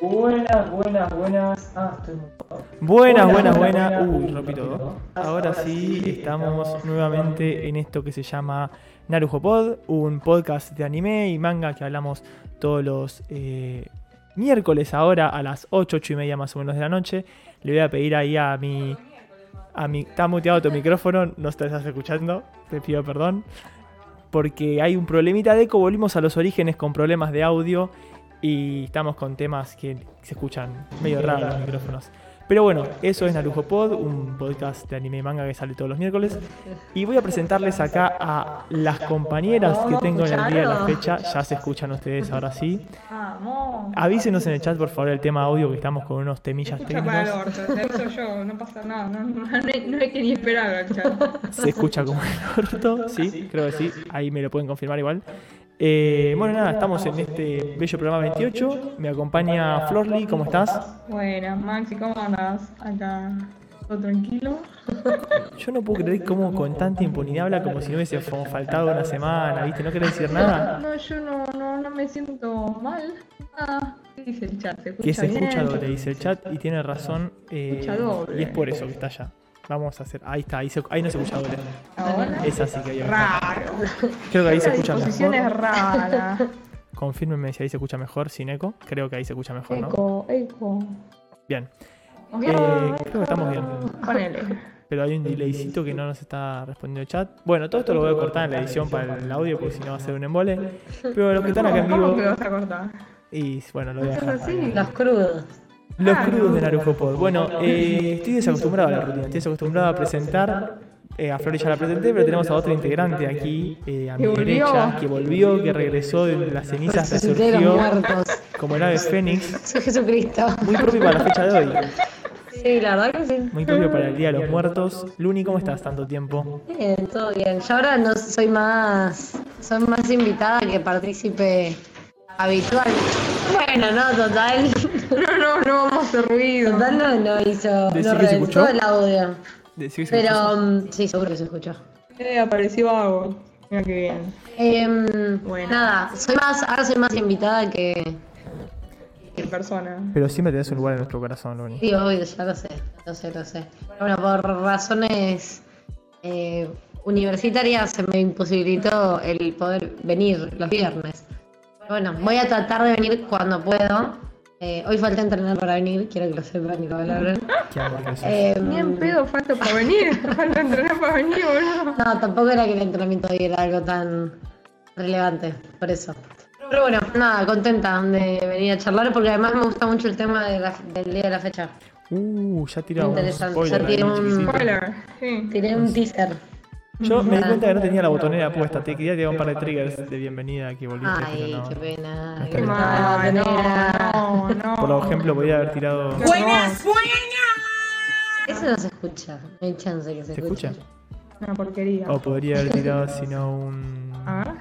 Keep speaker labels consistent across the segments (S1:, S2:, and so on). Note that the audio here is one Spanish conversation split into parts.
S1: Buenas, buenas, buenas. Ah, estoy muy corto.
S2: Buenas,
S1: Buenas,
S2: buenas, buenas.
S1: buenas,
S2: Uy,
S1: buenas.
S2: repito.
S1: Uy,
S2: ¿no?
S1: ahora
S2: Ahora
S1: sí,
S2: sí, estamos
S1: estamos
S2: nuevamente
S1: nuevamente
S2: en esto que se llama Narujo Pod, un podcast de anime y manga que hablamos todos los eh, miércoles ahora a las 8, 8 y media más o menos de la noche. Le voy a pedir ahí a mi... A mi está muteado tu micrófono, no estás escuchando, te pido perdón. Porque hay un problemita de eco, volvimos a los orígenes con problemas de audio y estamos con temas que se escuchan medio raros los micrófonos. Pero bueno, eso es Narujo Pod, un podcast de anime y manga que sale todos los miércoles. Y voy a presentarles acá a las compañeras que tengo en el día de la fecha. Ya se escuchan ustedes ahora sí.
S3: Vamos.
S2: Avísenos en el chat, por favor, el tema audio, que estamos con unos temillas
S3: Escucha para el
S2: técnicos.
S3: orto, de eso yo, no pasa nada, no, no, no hay, no hay que ni esperar al chat.
S2: Se escucha como el orto, sí, creo que sí. Ahí me lo pueden confirmar igual. Eh, bueno, nada, estamos en este bello programa 28. Me acompaña Florly, ¿cómo estás?
S3: Buenas, Maxi, ¿cómo andás? Acá, todo tranquilo.
S2: Yo no puedo creer cómo con tanta impunidad habla como si no hubiese faltado una semana, ¿viste? No quiere decir nada.
S3: No, yo no, no, no me siento mal. Ah, ¿qué dice el chat? ¿Se escucha
S2: Que se
S3: bien?
S2: escucha doble, dice el chat, y tiene razón. eh,
S3: Escucha doble.
S2: y es por eso que está allá. Vamos a hacer. Ahí está, ahí, se- ahí no se escucha doble.
S3: Ahora.
S2: Esa sí que había. que bajar.
S3: Raro.
S2: Creo que ahí se
S3: La
S2: escucha
S3: disposición es
S2: mejor.
S3: rara.
S2: Confírmenme si ahí se escucha mejor, sin eco. Creo que ahí se escucha mejor, ¿no?
S3: Eco, eco.
S2: Bien.
S3: Ok.
S2: Eh, creo que estamos bien.
S3: Ponele.
S2: Pero hay un delaycito que no nos está respondiendo el chat. Bueno, todo esto lo voy a cortar en la edición para el audio, porque si no va a ser un embole. Pero los que están acá en
S3: ¿Cómo
S2: vivo.
S3: que vas a cortar?
S2: Y bueno, lo voy a
S3: Es
S2: dejar.
S3: así.
S4: Los crudos.
S2: Los
S3: Ah,
S2: crudos
S3: no.
S2: de Narujo Pod. Bueno, eh, estoy desacostumbrado a la rutina. Estoy desacostumbrado a presentar. eh, a Flori ya la presenté, pero tenemos a otro integrante aquí, eh, a mi
S3: Que volvió.
S2: derecha, que volvió, que regresó de las cenizas,
S4: Resucité los
S2: resurgió
S4: muertos.
S2: como el ave fénix.
S4: Soy Jesucristo.
S2: Muy propio para la fecha de hoy.
S4: Sí, la verdad que sí.
S2: Muy propio para el Día de los Muertos. Luni, ¿cómo estás tanto tiempo?
S4: Bien, todo bien. Yo ahora no soy más, soy más invitada que partícipe habitual. Bueno, no, total.
S3: No, no, no vamos a hacer ruido.
S4: Total no, no hizo,
S2: ¿Decís
S4: no
S2: que se escuchó?
S4: reventó el audio.
S2: Decí que se escuchó.
S4: Pero mm, sí, seguro que se escuchó.
S3: Eh, apareció algo. Mira qué bien.
S4: Em,
S3: Bueno.
S4: Nada, soy más, ahora soy más invitada que.
S3: Qué persona.
S2: Pero siempre tenés un lugar en nuestro corazón, Luni.
S4: Sí, obvio, ya lo sé, lo sé, lo sé. Bueno, por razones eh, universitarias se me imposibilitó el poder venir los viernes. Bueno, voy a tratar de venir cuando puedo. Eh, hoy falta entrenar para venir, quiero que lo sepan y lo valoren.
S2: Qué amor que sos.
S4: Eh,
S3: Ni en pedo falta para venir. Falta entrenar para venir, boludo.
S4: No, tampoco era que el entrenamiento hoy era algo tan relevante, por eso. Pero bueno, nada, contenta de venir a charlar porque además me gusta mucho el tema de la- del día de la fecha.
S2: Uh, ya tiró un
S4: Interesante,
S2: spoiler.
S4: ya tiré
S2: ahí,
S4: un-
S2: chiquitito.
S3: Spoiler. Sí.
S4: Tiré un teaser.
S2: Yo me di cuenta que no tenía la botonera puesta. Te quería tirar un par de triggers de bienvenida que volviste.
S4: Ay,
S2: pero no.
S4: qué
S2: No
S4: pena. qué
S2: está bien.
S4: mala
S3: Ay,
S4: manera.
S3: no, no, no.
S2: Por ejemplo, podría haber tirado.
S3: Buenas.
S4: Eso no se escucha. No hay chance que se,
S2: ¿Se escucha?
S3: Una porquería.
S2: O podría haber tirado, sino un.
S3: A ver.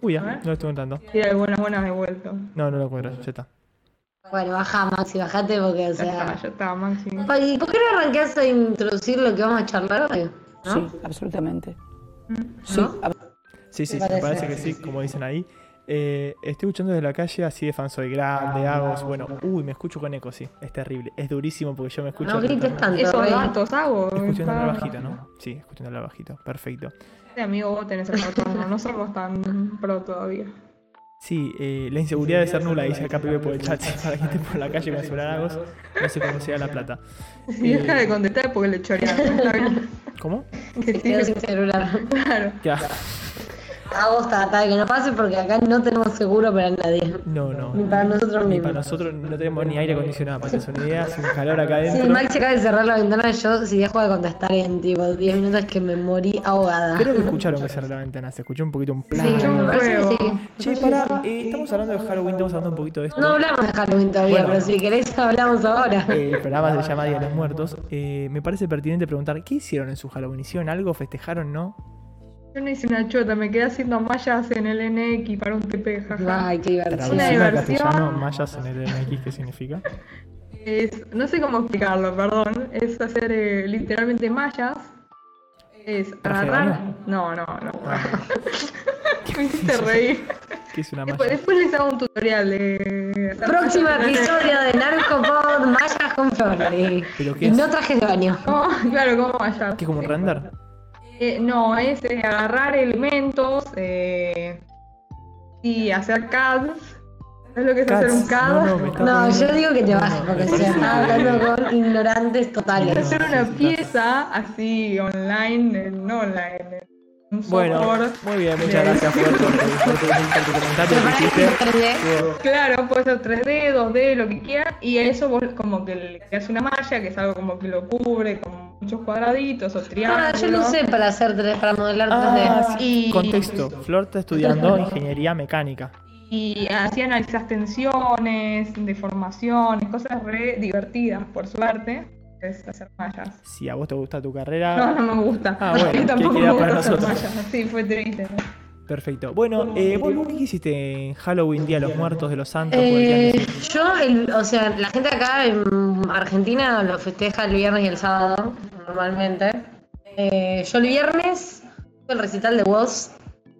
S2: Uy, ya,
S3: A
S2: no
S3: ver.
S2: lo estoy entrando.
S3: Tira de buenas, buenas de vuelto.
S2: No, no lo encuentro, ya está.
S4: Bueno, baja, Maxi, bajate porque, o
S3: Ya está,
S4: sea.
S3: ya está, Maxi.
S4: Pa- ¿Y por qué no arrancás a introducir lo que vamos a charlar hoy? ¿No?
S5: Sí, absolutamente. Sí,
S4: ¿No?
S5: ab-
S2: Sí, sí,
S4: Me
S2: me parece
S4: parece.
S2: que sí, como dicen ahí. Eh, estoy escuchando desde la calle, así de fan soy grande, Agos. Bueno, uy, me escucho con eco, sí. Es terrible. Es durísimo porque yo me escucho.
S4: No grites
S2: tratando-
S4: tanto.
S3: Esos
S4: Rey.
S3: datos hago.
S2: Es cuestión de hablar
S3: está-
S2: bajito, ¿no? Sí, es cuestión de hablar bajito. Perfecto.
S3: Sí, amigo, vos tenés el retorno. No somos tan pro todavía.
S2: Sí, eh, la inseguridad de ser nula, dice acá pibe por el chat, para que esté por la calle con celular Agos. No sé cómo sea la plata.
S3: Y deja de contestar porque le chorearon. Está bien.
S2: ¿Cómo?
S3: Que
S4: Se quedó
S3: tire-
S4: sin celular.
S3: Claro.
S2: Ya.
S4: A vos tratá de que no pase porque acá no tenemos seguro para nadie.
S2: No, no.
S4: Ni para nosotros
S2: Ni para
S4: mismos.
S2: nosotros no tenemos ni aire acondicionado, para que se una idea, hace un calor acá
S4: Sí,
S2: adentro.
S4: Maxi acaba de cerrar la ventana y yo si dejo de contestar en tipo 10 minutos que me morí ahogada.
S2: Creo que escucharon que cerré la ventana, se escuchó un poquito un plan.
S4: Sí, me parece que
S3: huevo.
S4: sí.
S2: Che, pará, eh, estamos hablando de Halloween, estamos hablando un poquito de esto.
S4: No hablamos de Halloween todavía,
S2: Bueno.
S4: pero si querés hablamos ahora.
S2: Eh, el programa se llama Día de los Muertos. Eh, me parece pertinente preguntar, ¿qué hicieron en su Halloween? ¿Hicieron algo? ¿Festejaron? ¿No?
S3: Yo no hice una chota, me quedé haciendo mallas en el NX para un TP, jaja.
S4: Ay, qué divertido.
S3: Una
S2: Traducido al
S3: diversión.
S2: castellano, mayas en el MX, ¿qué significa?
S3: Es- no sé cómo explicarlo, perdón. Es hacer eh, literalmente mallas. Es
S2: ¿Traje de
S3: agarrar.
S2: baño?
S3: No, no, no.
S2: Ah,
S3: Me hiciste reír.
S2: ¿Qué es una
S3: Después,
S2: malla?
S3: después les hago un tutorial de que estar-
S4: Próximo episodio de Narcopod Mayas con Flori.
S2: ¿Pero qué
S4: Y
S2: es?
S4: no trajes de baño.
S3: ¿Cómo? Claro, ¿cómo vaya?
S2: ¿Qué es como un render?
S3: Eh, no, es eh, agarrar elementos eh, y hacer CADs. ¿Sabes lo que es hacer un
S2: Cats.
S3: CAD?
S2: No, no, me está-
S4: No, yo digo que te
S2: No,
S4: bajes
S2: no,
S4: porque
S2: no,
S4: se
S2: no,
S4: está
S2: no.
S4: hablando con ignorantes
S3: Es
S4: totales.
S3: hacer una
S2: no, no.
S3: pieza así online, eh, no online. eh, Un
S2: Bueno,
S3: software.
S2: muy bien, muchas gracias Fuerte, por por tu por tu comentario
S4: Pero
S2: que
S4: para que
S2: hiciste.
S4: se aprende,
S2: Estuvo-
S3: Claro, puede ser 3D, 2D, lo que quieras, y a eso vos como que le creas una malla, que es algo como que lo cubre con muchos cuadraditos o
S4: Ah,
S3: triángulos.
S4: yo lo sé para hacer tres, para modelar 3D.
S2: Ah,
S3: Y-
S2: contexto. Flor está estudiando ingeniería mecánica.
S3: Y así analizas tensiones, deformaciones, cosas re divertidas, por suerte, es hacer mallas.
S2: Si a vos te gusta tu
S3: No,
S2: carrera,
S3: no me gusta.
S2: Ah, bueno,
S3: Yo tampoco
S2: ¿qué queda
S3: me gusta
S2: para
S3: hacer
S2: nosotros?
S3: mallas. Sí, fue triste. ¿no?
S2: perfecto. Bueno, eh, vos, Luli, ¿qué hiciste en Halloween, Día de los Muertos, de los Santos? o el Día de
S4: Eh,
S2: Jesús?
S4: yo, el- o sea, la gente acá en Argentina lo festeja el viernes y el sábado, normalmente. Eh, yo el viernes fue el recital de Woz,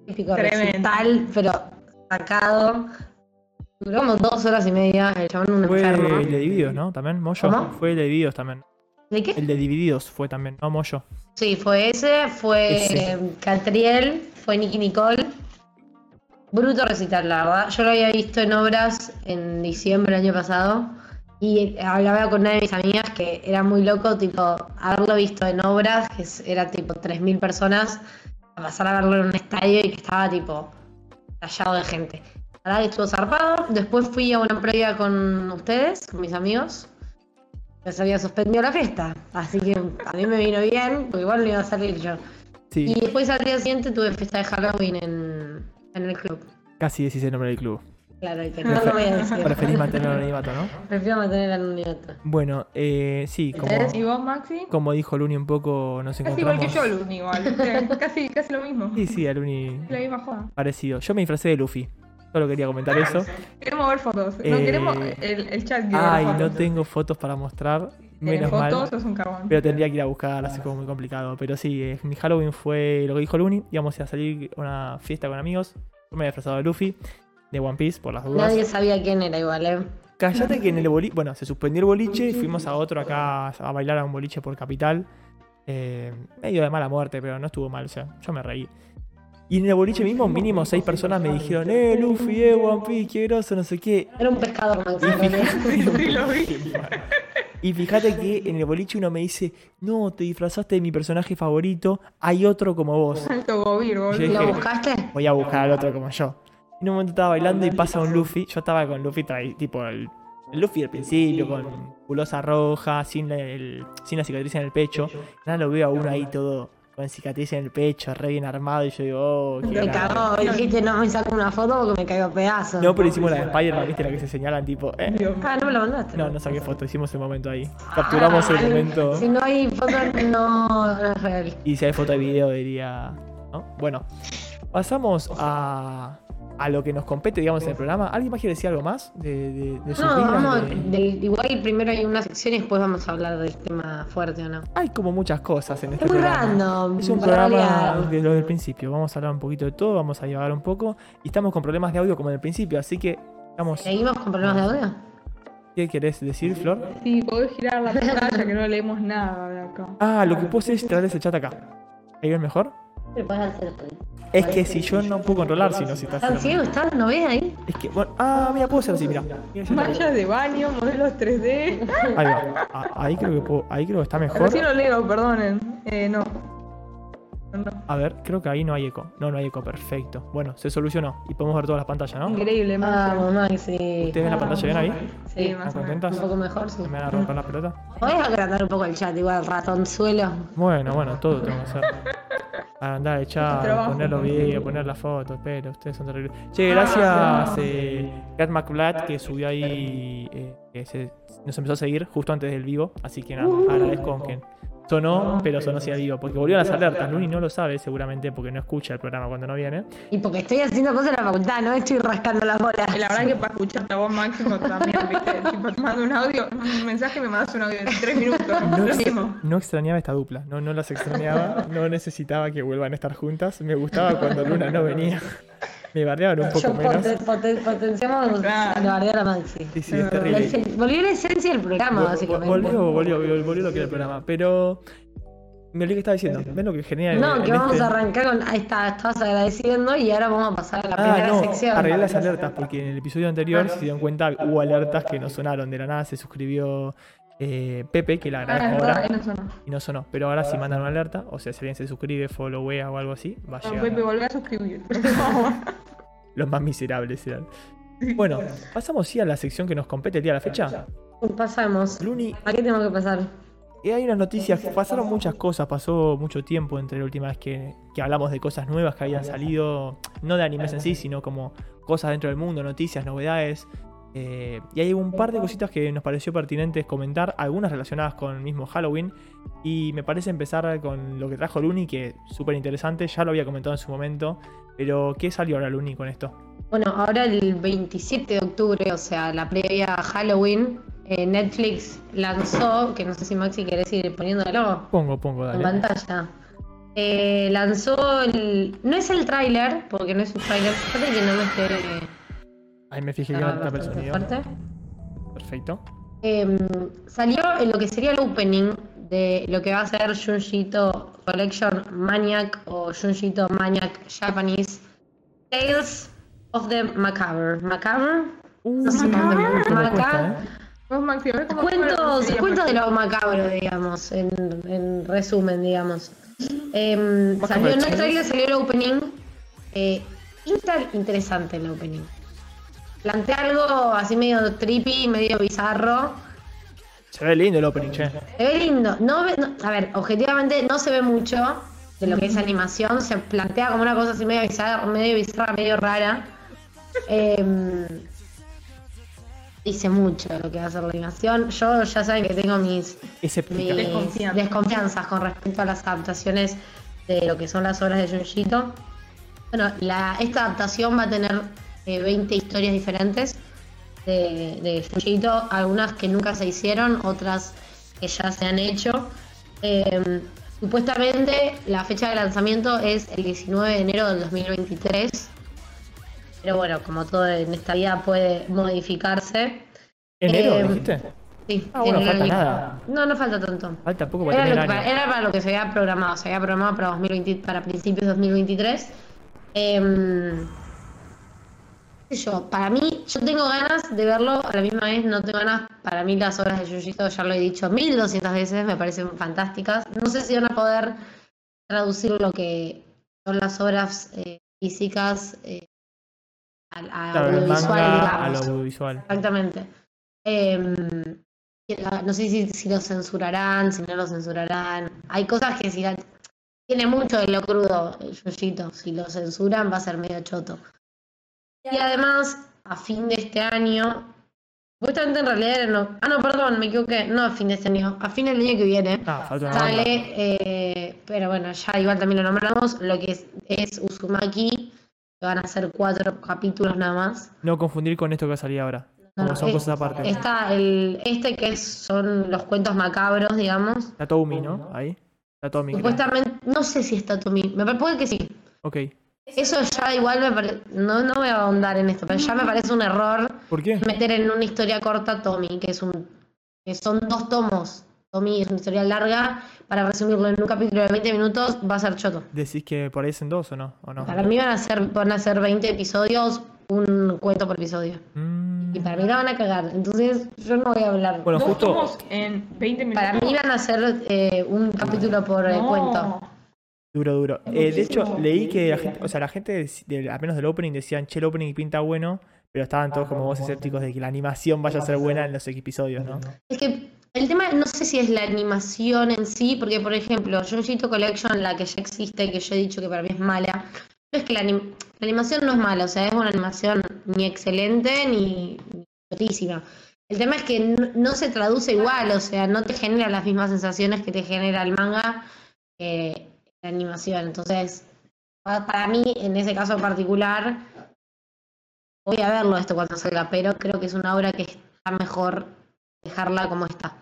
S4: típico
S3: Tremendo.
S4: recital, pero sacado. Duró como dos horas y media, el chabón un
S2: Fue
S4: enfermo.
S2: el de Divididos, ¿no? También, Moyo.
S4: ¿Cómo?
S2: Fue el de Divididos también.
S4: ¿De qué?
S2: El de Divididos fue también, ¿no? Moyo.
S4: Sí, fue ese, fue
S2: Ese.
S4: eh, Catriel, fue Nicky Nicole. Bruto recital, la verdad. Yo lo había visto en obras en diciembre del año pasado y hablaba con una de mis amigas que era muy loco, tipo, haberlo visto en obras, que es- era tipo 3.000 personas, a pasar a verlo en un estadio y que estaba tipo tallado de gente. La verdad que estuvo zarpado. Después fui a una previa con ustedes, con mis amigos. Ya se había suspendido la fiesta, así que a mí me vino bien, porque igual no iba a salir yo.
S2: Sí,
S4: Y después al día siguiente tuve fiesta de Halloween en, en el club.
S2: casi decís el nombre del club.
S4: Claro, y que no lo voy a decir.
S2: Preferís mantener el anonimato, ¿no?
S4: Prefiero mantener el anonimato.
S2: Bueno, eh, sí, como,
S3: ¿Y vos, Maxi?
S2: como dijo Luni un poco, nos
S3: Casi
S2: encontramos...
S3: igual que yo, Luni, igual. Sí, casi, casi lo mismo.
S2: Sí, sí, a Luni
S3: La misma joda.
S2: parecido. Yo me disfracé de Luffy. Solo quería comentar
S3: Ah,
S2: eso.
S3: Queremos ver fotos. No,
S2: Eh,
S3: queremos el, el chat. quiere ver
S2: Ay, no
S3: fotos.
S2: tengo fotos para mostrar.
S3: ¿Tenés
S2: Menos
S3: fotos,
S2: mal.
S3: sos un carbón.
S2: Pero tendría que ir a buscar, así como muy complicado. Pero sí, eh, mi Halloween fue lo que dijo Luni. Íbamos a ir a salir a una fiesta con amigos. Yo me había disfrazado de Luffy, de One Piece, por las dudas.
S4: Nadie sabía quién era igual, ¿eh?
S2: Cállate que en el boliche. Bueno, se suspendió el boliche y fuimos a otro acá a bailar a un boliche por capital. Eh, medio de mala muerte, pero no estuvo mal, o sea, yo me reí. Y en el boliche mismo, mínimo seis personas me dijeron, eh, Luffy, eh, One Piece, qué groso, no sé qué.
S4: Era un pescador, Maxi.
S3: Sí, lo vi.
S2: Y fíjate que en el boliche uno me dice, no, te disfrazaste de mi personaje favorito, hay otro como vos.
S3: Alto Gobir,
S2: Sí.
S3: boludo.
S4: ¿Lo buscaste?
S2: Voy a buscar al otro como yo. En un momento estaba bailando y pasa un Luffy. Yo estaba con Luffy, traí- tipo el, el Luffy del principio, con pulosa roja, sin la, el- sin la cicatriz en el pecho. Nada, lo veo a uno ahí todo con cicatriz en el pecho, re bien armado. Y yo digo, oh, qué
S4: Te
S2: grande.
S4: cagó, dijiste, no me saco una foto porque me caigo a pedazos.
S2: No, pero hicimos la de Spider-Man, viste la que se señalan, tipo, eh.
S3: Dios mío.
S4: Ah, no me lo mandaste. Ah,
S2: No, no saqué foto, hicimos el momento ahí. Capturamos el momento.
S4: Si no hay foto, no, no es real.
S2: Y si hay foto de video, diría. ¿no? Bueno, pasamos a, a lo que nos compete, digamos, en el programa. ¿Alguien más quiere decir algo más de, de, de sus
S4: No,
S2: vidas?
S4: vamos,
S2: De-
S4: del- igual primero hay una sección y después vamos a hablar del tema fuerte o no.
S2: Hay como muchas cosas en este
S4: Es muy
S2: programa.
S4: random.
S2: Es un
S4: en
S2: programa
S4: realidad.
S2: de lo del principio. Vamos a hablar un poquito de todo, vamos a divagar un poco. Y estamos con problemas de audio como en el principio, así que vamos.
S4: ¿Seguimos con problemas de audio?
S2: ¿Qué querés decir, Flor?
S3: Sí, podés girar la pantalla que no leemos nada de acá.
S2: Ah, lo que puedo hacer es traer ese chat acá. ¿Ahí ves mejor?
S4: Pero puedes hacer.
S2: Es que si yo no puedo controlar, si no, si estás.
S4: ¿Están ciegos? ¿Estás? ¿No ves ahí?
S2: Es que, bueno, ah, mira, puedo hacer así, mira.
S3: Mallas de baño, modelos 3D.
S2: Ahí va. Ah, Ahí creo que puedo, ahí creo que está mejor.
S3: Recién lo leo, perdonen. Eh, no. No,
S2: A ver, creo que ahí no hay eco. No, no hay eco, perfecto. Bueno, se solucionó y podemos ver todas las pantallas, ¿no? ¿Ustedes
S4: Ah,
S3: Increíble, Ah, Maxi.
S4: Vamos, Maxi.
S2: ven la pantalla bien ahí?
S3: Sí,
S4: Sí,
S3: más o menos.
S4: un
S2: ¿Contentas?
S4: poco mejor, sí.
S2: ¿Me van a romper la pelota?
S4: Podés agrandar un poco el chat, igual ratonzuelo.
S2: Bueno, bueno, todo tengo que hacer. Andar a echar,
S3: Trabajo.
S2: poner los videos, poner las fotos, pero ustedes son terribles. Che, gracias eh, Kat McBlatt que subió ahí, eh, que se- nos empezó a seguir justo antes del vivo, así que nada, agradezco aunque sonó, pero sonó si al vivo, porque volvió a las alertas, Luni no lo sabe seguramente porque no escucha el programa cuando no viene.
S4: Y porque estoy haciendo cosas en la facultad, no estoy rascando las bolas.
S3: Y La verdad que para escucharte a vos, Máximo, también, viste, tipo, te mando un audio, un mensaje, me mandas un audio de tres minutos,
S2: No,
S3: lo
S2: ex-
S3: mismo.
S2: no extrañaba esta dupla, no, no las extrañaba, no necesitaba que vuelvan a estar juntas, me gustaba cuando Luna no venía. Me bardearon un poco
S4: Yo
S2: menos.
S4: poten- poten- potenciamos
S3: Claro.
S4: la bardear a Maxi.
S2: Sí, sí, es
S4: La
S2: terrible.
S4: esencia- Volvió la esencia del programa,
S2: Vol- vol-
S4: básicamente.
S2: Volvió, volvió, volvió, volvió lo que era el programa. Pero. Me olvidé que estaba diciendo. ¿Ven lo que genera el-
S4: No,
S2: en
S4: que vamos
S2: este-
S4: a arrancar con. Ahí está, estabas agradeciendo y ahora vamos a pasar a la
S2: Ah,
S4: primera
S2: no,
S4: sección.
S2: arreglar las alertas, porque en el episodio anterior, si se dieron cuenta, hubo alertas que no sonaron. De la nada se suscribió eh, Pepe, que la
S3: Ah,
S2: agradezco ahora,
S3: ahí no sonó.
S2: y no sonó. Pero ahora si mandan una alerta, o sea, si alguien se suscribe, followea o algo así, va a
S3: No, Pepe,
S2: llegar. a-
S3: volví a suscribir. por favor.
S2: Los más miserables serán. Bueno, pasamos sí a la sección que nos compete el día de la fecha.
S4: Pasamos.
S2: Luni,
S4: ¿A qué tengo que pasar?
S2: eh, hay unas noticias, pasaron muchas cosas, pasó mucho tiempo entre la última vez que, que hablamos de cosas nuevas que habían salido, no de animes en sí, sino como cosas dentro del mundo, noticias, novedades. eh, y hay un par de cositas que nos pareció pertinentes comentar, algunas relacionadas con el mismo Halloween. Y me parece empezar con lo que trajo Luni, que es súper interesante, ya lo había comentado en su momento. Pero, ¿qué salió ahora Luni con esto?
S4: Bueno, ahora el 27 de octubre, o sea, la previa a Halloween, eh, Netflix lanzó, que no sé si Maxi querés ir poniéndolo
S2: Pongo, pongo,
S4: en
S2: dale.
S4: pantalla. Eh, lanzó el. No es el tráiler, porque no es un tráiler. Espero que no me esté.
S2: Ahí me fijé que no
S4: agarrando
S2: estaba el
S4: bastante
S2: sonido.
S4: fuerte.
S2: Perfecto.
S4: Eh, salió en lo que sería el opening de lo que va a ser Junjito Collection Maniac o Junjito Maniac Japanese Tales of the Macabre. ¿Macabre?
S2: Uh,
S4: No sé cómo-
S2: cómo
S4: acá-
S2: cuesta, ¿eh?
S3: Vos, Maxi, a ver cómo
S4: Cuentos,
S3: fue la
S4: cuentos de
S3: serie,
S4: lo macabro, digamos, en, en resumen, digamos. Eh, salió en el trailer, salió el opening. Eh, inter- interesante el opening. Plantea algo así medio trippy, medio bizarro.
S2: Se ve lindo el opening, che.
S4: Se ve lindo. No, ve- no- a ver, objetivamente no se ve mucho de lo que es animación. Se plantea como una cosa así medio bizarra, medio, bizarra, medio rara. Eh, dice mucho de lo que va a ser la animación. Yo ya saben que tengo mis, mis
S2: Escéptica.
S4: eh,
S3: Desconfianza.
S4: desconfianzas con respecto a las adaptaciones de lo que son las obras de Junjito. Bueno, la, esta adaptación va a tener eh, 20 historias diferentes de, de Junjito, algunas que nunca se hicieron, otras que ya se han hecho. Eh, supuestamente la fecha de lanzamiento es el 19 de enero del 2023, pero bueno, como todo en esta vida puede modificarse.
S2: ¿Enero
S4: Eh,
S2: dijiste?
S4: Sí,
S2: Ah, bueno,
S4: en el-
S2: falta nada.
S4: No, no falta tanto.
S2: Falta poco para
S4: Era, lo
S2: tener
S4: que
S2: el
S4: para,
S2: año.
S4: era para lo que se había programado, se había programado para, 2020, para principios de 2023. Em, qué sé yo, para mí, yo tengo ganas de verlo, a la misma vez no tengo ganas, para mí las obras de Yuyito, ya lo he dicho 1200 veces, me parecen fantásticas. No sé si van a poder traducir lo que son las obras eh, físicas eh, a, a
S2: Claro, el
S4: audiovisual,
S2: manga a
S4: digamos.
S2: lo audiovisual.
S4: Exactamente. Em, que la- no sé si, si lo censurarán, si no lo censurarán. Hay cosas que si la- tiene mucho de lo crudo, el Yoyito. Si lo censuran va a ser medio choto. Y además, a fin de este año, supuestamente en realidad era en o- Ah, no, perdón, me equivoqué. No a fin de este año, a fin del año que viene.
S2: Ah, falta una
S4: Sale,
S2: banda.
S4: eh, pero bueno, ya igual también lo nombramos, lo que es, es Uzumaki, que van a ser cuatro capítulos nada más.
S2: No confundir con esto que va a salir ahora.
S4: No,
S2: Como son
S4: eh,
S2: cosas aparte.
S4: Está el, este que es- son los cuentos macabros, digamos.
S2: Está Toumi, ¿no? Ahí. Está Toumi. creo.
S4: Supuestamente, no sé si está Tumi. Me pare- puede que sí.
S2: Ok.
S4: Eso ya igual me parece. No, no voy a ahondar en esto, pero ya me parece un error
S2: ¿Por qué?
S4: meter en una historia corta Tommy, que es un. que son dos tomos. Tommy es una historia larga. Para resumirlo en un capítulo de 20 minutos, va a ser choto.
S2: ¿Decís que por ahí es en dos o no? ¿O no?
S4: Para mí van a ser, van a ser 20 episodios, un cuento por episodio.
S2: Mm.
S4: Y para mí la van a cagar. Entonces, yo no voy a hablar.
S2: Bueno,
S3: Dos
S2: justo-
S3: tomos en 20 minutos.
S4: Para mí van a ser eh, un capítulo por eh,
S3: No.
S4: cuento.
S2: Duro, duro. Eh, de hecho, leí que la gente, o sea, la gente, dec- del- al menos del opening, decían, che, el opening pinta bueno, pero estaban todos como vos escépticos de que la animación vaya a ser buena en los episodios, ¿no?
S4: Es que el tema, no sé si es la animación en sí, porque por ejemplo, Junjito Collection, la que ya existe, que yo he dicho que para mí es mala, no es que la, anim- la animación no es mala, o sea, es una animación ni excelente ni ni chotísima. El tema es que no, no se traduce igual, o sea, no te genera las mismas sensaciones que te genera el manga que la animación. Entonces, pa- para mí, en ese caso en particular, voy a verlo esto cuando salga, pero creo que es una obra que está mejor dejarla como está.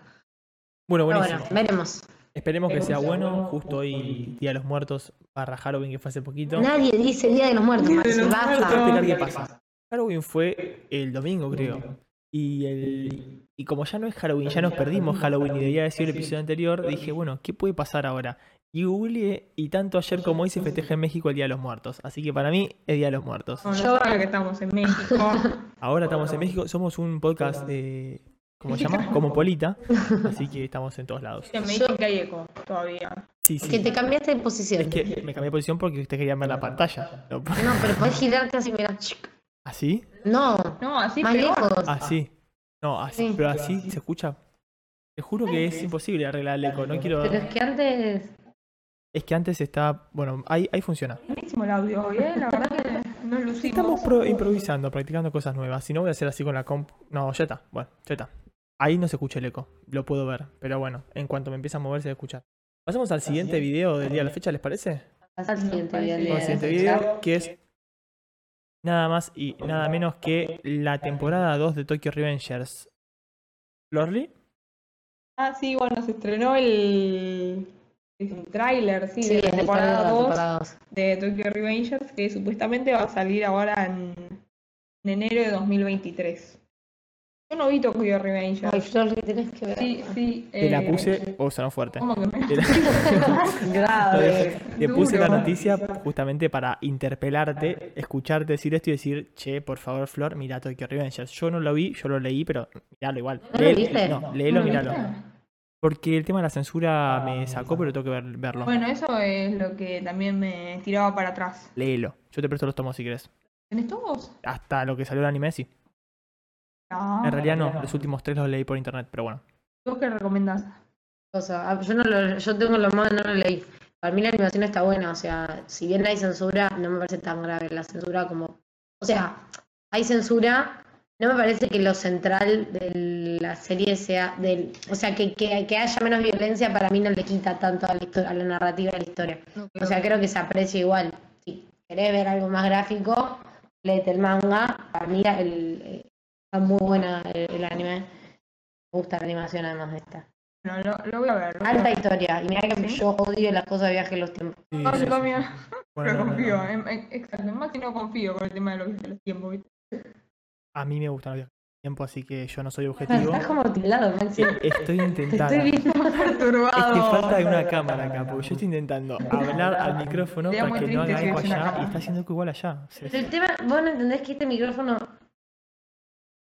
S2: Bueno,
S4: Pero
S2: buenísimo.
S4: bueno, veremos.
S2: Esperemos que sea bueno. Justo hoy, Día de los Muertos, barra Halloween, que fue hace poquito.
S4: Nadie dice Día de los Muertos,
S3: Día de
S4: Maxi,
S3: los
S4: basta.
S3: Muertos.
S2: explicar qué pasa. Halloween fue el domingo, creo. Y, el, y como ya no es Halloween, ya nos perdimos Halloween y debía decir el episodio anterior, dije, bueno, ¿qué puede pasar ahora? Y googleé, y tanto ayer como hoy se festeja en México el Día de los Muertos. Así que para mí es Día de los Muertos.
S3: Con lo raro que estamos en México.
S2: Ahora estamos en México, somos un podcast, eh, ¿cómo se llama? Cosmopolita. Así que estamos en todos lados.
S3: En México hay eco todavía.
S2: Sí, sí.
S4: Que te cambiaste de posición.
S2: Es que me cambié de posición porque ustedes querían ver la pantalla. ¿no?
S4: No, pero podés girarte así, mirá.
S2: ¿Así?
S4: No,
S3: No, así
S4: más
S3: peor.
S4: lejos.
S2: Así. Ah, No, así.
S4: Sí.
S2: Pero así se escucha. Te juro que es imposible arreglar el eco. No quiero.
S4: Pero es que antes.
S2: Es que antes estaba. Bueno, ahí, ahí funciona.
S3: Buenísimo el audio hoy, ¿eh? La verdad que no
S2: Estamos
S3: lucimos.
S2: pro- improvisando, practicando cosas nuevas. Si no, voy a hacer así con la comp. No, ya está. Bueno, ya está. Ahí no se escucha el eco. Lo puedo ver. Pero bueno, en cuanto me empieza a mover, se va a escuchar. Pasemos al siguiente video del día de la fecha, ¿les parece?
S4: Hasta el siguiente video.
S2: Con el siguiente video, que es nada más y nada menos que la temporada 2 de Tokyo Revengers. ¿Lorly?
S3: Ah, sí, bueno, se estrenó el, el tráiler, sí,
S4: Sí,
S3: de
S4: es
S3: la
S4: el
S3: temporada
S4: temporada
S3: 2
S4: temporada dos.
S3: de Tokyo Revengers, que supuestamente va a salir ahora en, en enero de 2023. Yo no vi Tokyo Revengers.
S4: Ay, Flor, que tenés que ver.
S3: sí, sí. Oh.
S2: Te la
S3: eh,
S2: puse, o sonó fuerte.
S3: ¿Cómo que me
S2: Te la-
S3: Grave.
S2: Te eh, puse la
S3: duro.
S2: noticia justamente para interpelarte, escucharte decir esto y decir, che, por favor, Flor, mira Tokyo Revengers. Yo no lo vi, yo lo leí, pero miralo igual.
S4: ¿No lo
S2: Léelo-
S4: viste?
S2: no, léelo,
S3: ¿No lo
S2: míralo.
S3: viste?
S2: Porque el tema de la censura me sacó, pero tengo que ver- verlo.
S3: Bueno, eso es lo que también me tiraba para atrás.
S2: Léelo. Yo te presto los tomos si querés.
S3: ¿Tenés todos?
S2: Hasta lo que salió el anime, sí.
S3: No.
S2: En realidad no, los últimos tres los leí por internet, pero bueno.
S3: ¿Vos qué recomendás?
S4: cosa. Ah, Yo, no lo- yo tengo lo más, no lo leí. Para mí la animación está buena, o sea, si bien hay censura, no me parece tan grave la censura como... O sea, hay censura, no me parece que lo central de la serie sea... Del, o sea, que, que, que haya menos violencia para mí no le quita tanto a la, histo- a la narrativa de la historia. O sea, creo que se aprecia igual. Si querés ver algo más gráfico, léete el manga. Para mí la- el- eh, está muy buena el, el anime. Me gusta la animación además de esta.
S3: Bueno, lo, lo voy a ver. lo voy a
S4: Harta
S3: ver.
S4: historia. Y mira que yo odio las cosas de viaje en los tiempos.
S2: Sí,
S3: No,
S2: sí,
S3: Ah, yo
S2: sí.
S3: también eh.
S2: Bueno,
S3: no
S2: no, no,
S3: confío.
S2: no.
S3: en- en- exacto, en Maxi no confío con el tema de los, de los tiempos. ¿viste?
S2: A mí me gustan los viajes en el tiempo, así que yo no soy objetivo.
S4: Estás como tildado, Maxi.
S2: Eh, Estoy
S4: Te
S2: intentando.
S4: estoy
S2: Es
S4: viendo.
S2: que
S3: Perturbado.
S2: falta de una cámara acá, porque yo estoy intentando hablar al micrófono
S3: Sería
S2: para
S3: muy
S2: que no haga
S3: triste si
S2: eco
S3: hubiese una
S2: allá y
S3: cámara.
S2: está haciendo eco igual allá. O sea,
S4: Pero el tema, vos no entendés que este micrófono.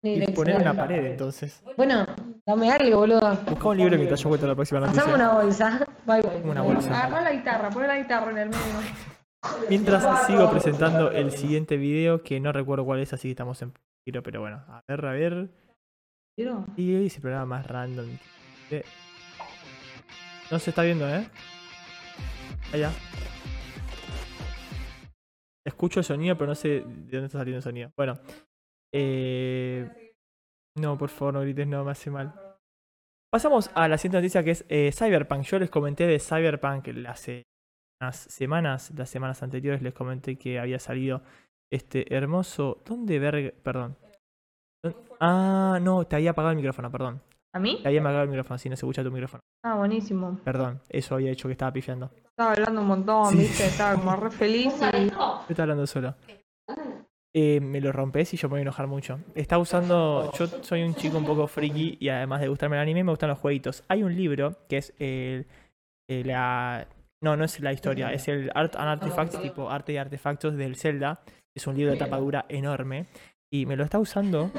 S4: ni
S2: y poner
S4: direccional.
S2: una pared entonces.
S4: Bueno, dame algo, boludo.
S2: Busca un libro mientras yo cuento la próxima
S4: Pasame
S2: noticia.
S4: una bolsa. Bye, bye.
S2: Una bolsa.
S3: Agarrá la guitarra, poné la guitarra en el medio.
S2: Mientras sigo presentando el siguiente video, que no recuerdo cuál es, así que estamos en peligro, pero bueno. A ver, a ver.
S3: ¿Vieron?
S2: Y hoy es el programa más random. que- No se está viendo, ¿eh? Allá. Escucho el sonido, pero no sé de dónde está saliendo el sonido. Bueno. Eh... No, por favor, no grites, no, me hace mal. Pasamos a la siguiente noticia que es eh, Cyberpunk. Yo les comenté de Cyberpunk hace unas semanas, las semanas anteriores les comenté que había salido este hermoso... ¿Dónde verga? Perdón. ¿Dó- Ah, no, te había apagado el micrófono, perdón.
S3: ¿A mí?
S2: Te había apagado el micrófono, si no se escucha tu micrófono.
S3: Ah, buenísimo.
S2: Perdón, eso había hecho que estaba pifiando.
S3: Estaba hablando un montón,
S2: Sí.
S3: ¿viste? Estaba como re feliz. y-
S2: Yo estaba hablando solo. Eh, me lo rompes y yo me voy a enojar mucho. Está usando. Yo soy un chico un poco friki y además de gustarme el anime, me gustan los jueguitos. Hay un libro que es el. eh, la. No, no es la historia, es el Art and Artifacts, tipo Arte y Artefactos del Zelda. Es un libro de tapa dura enorme. Y me lo está usando.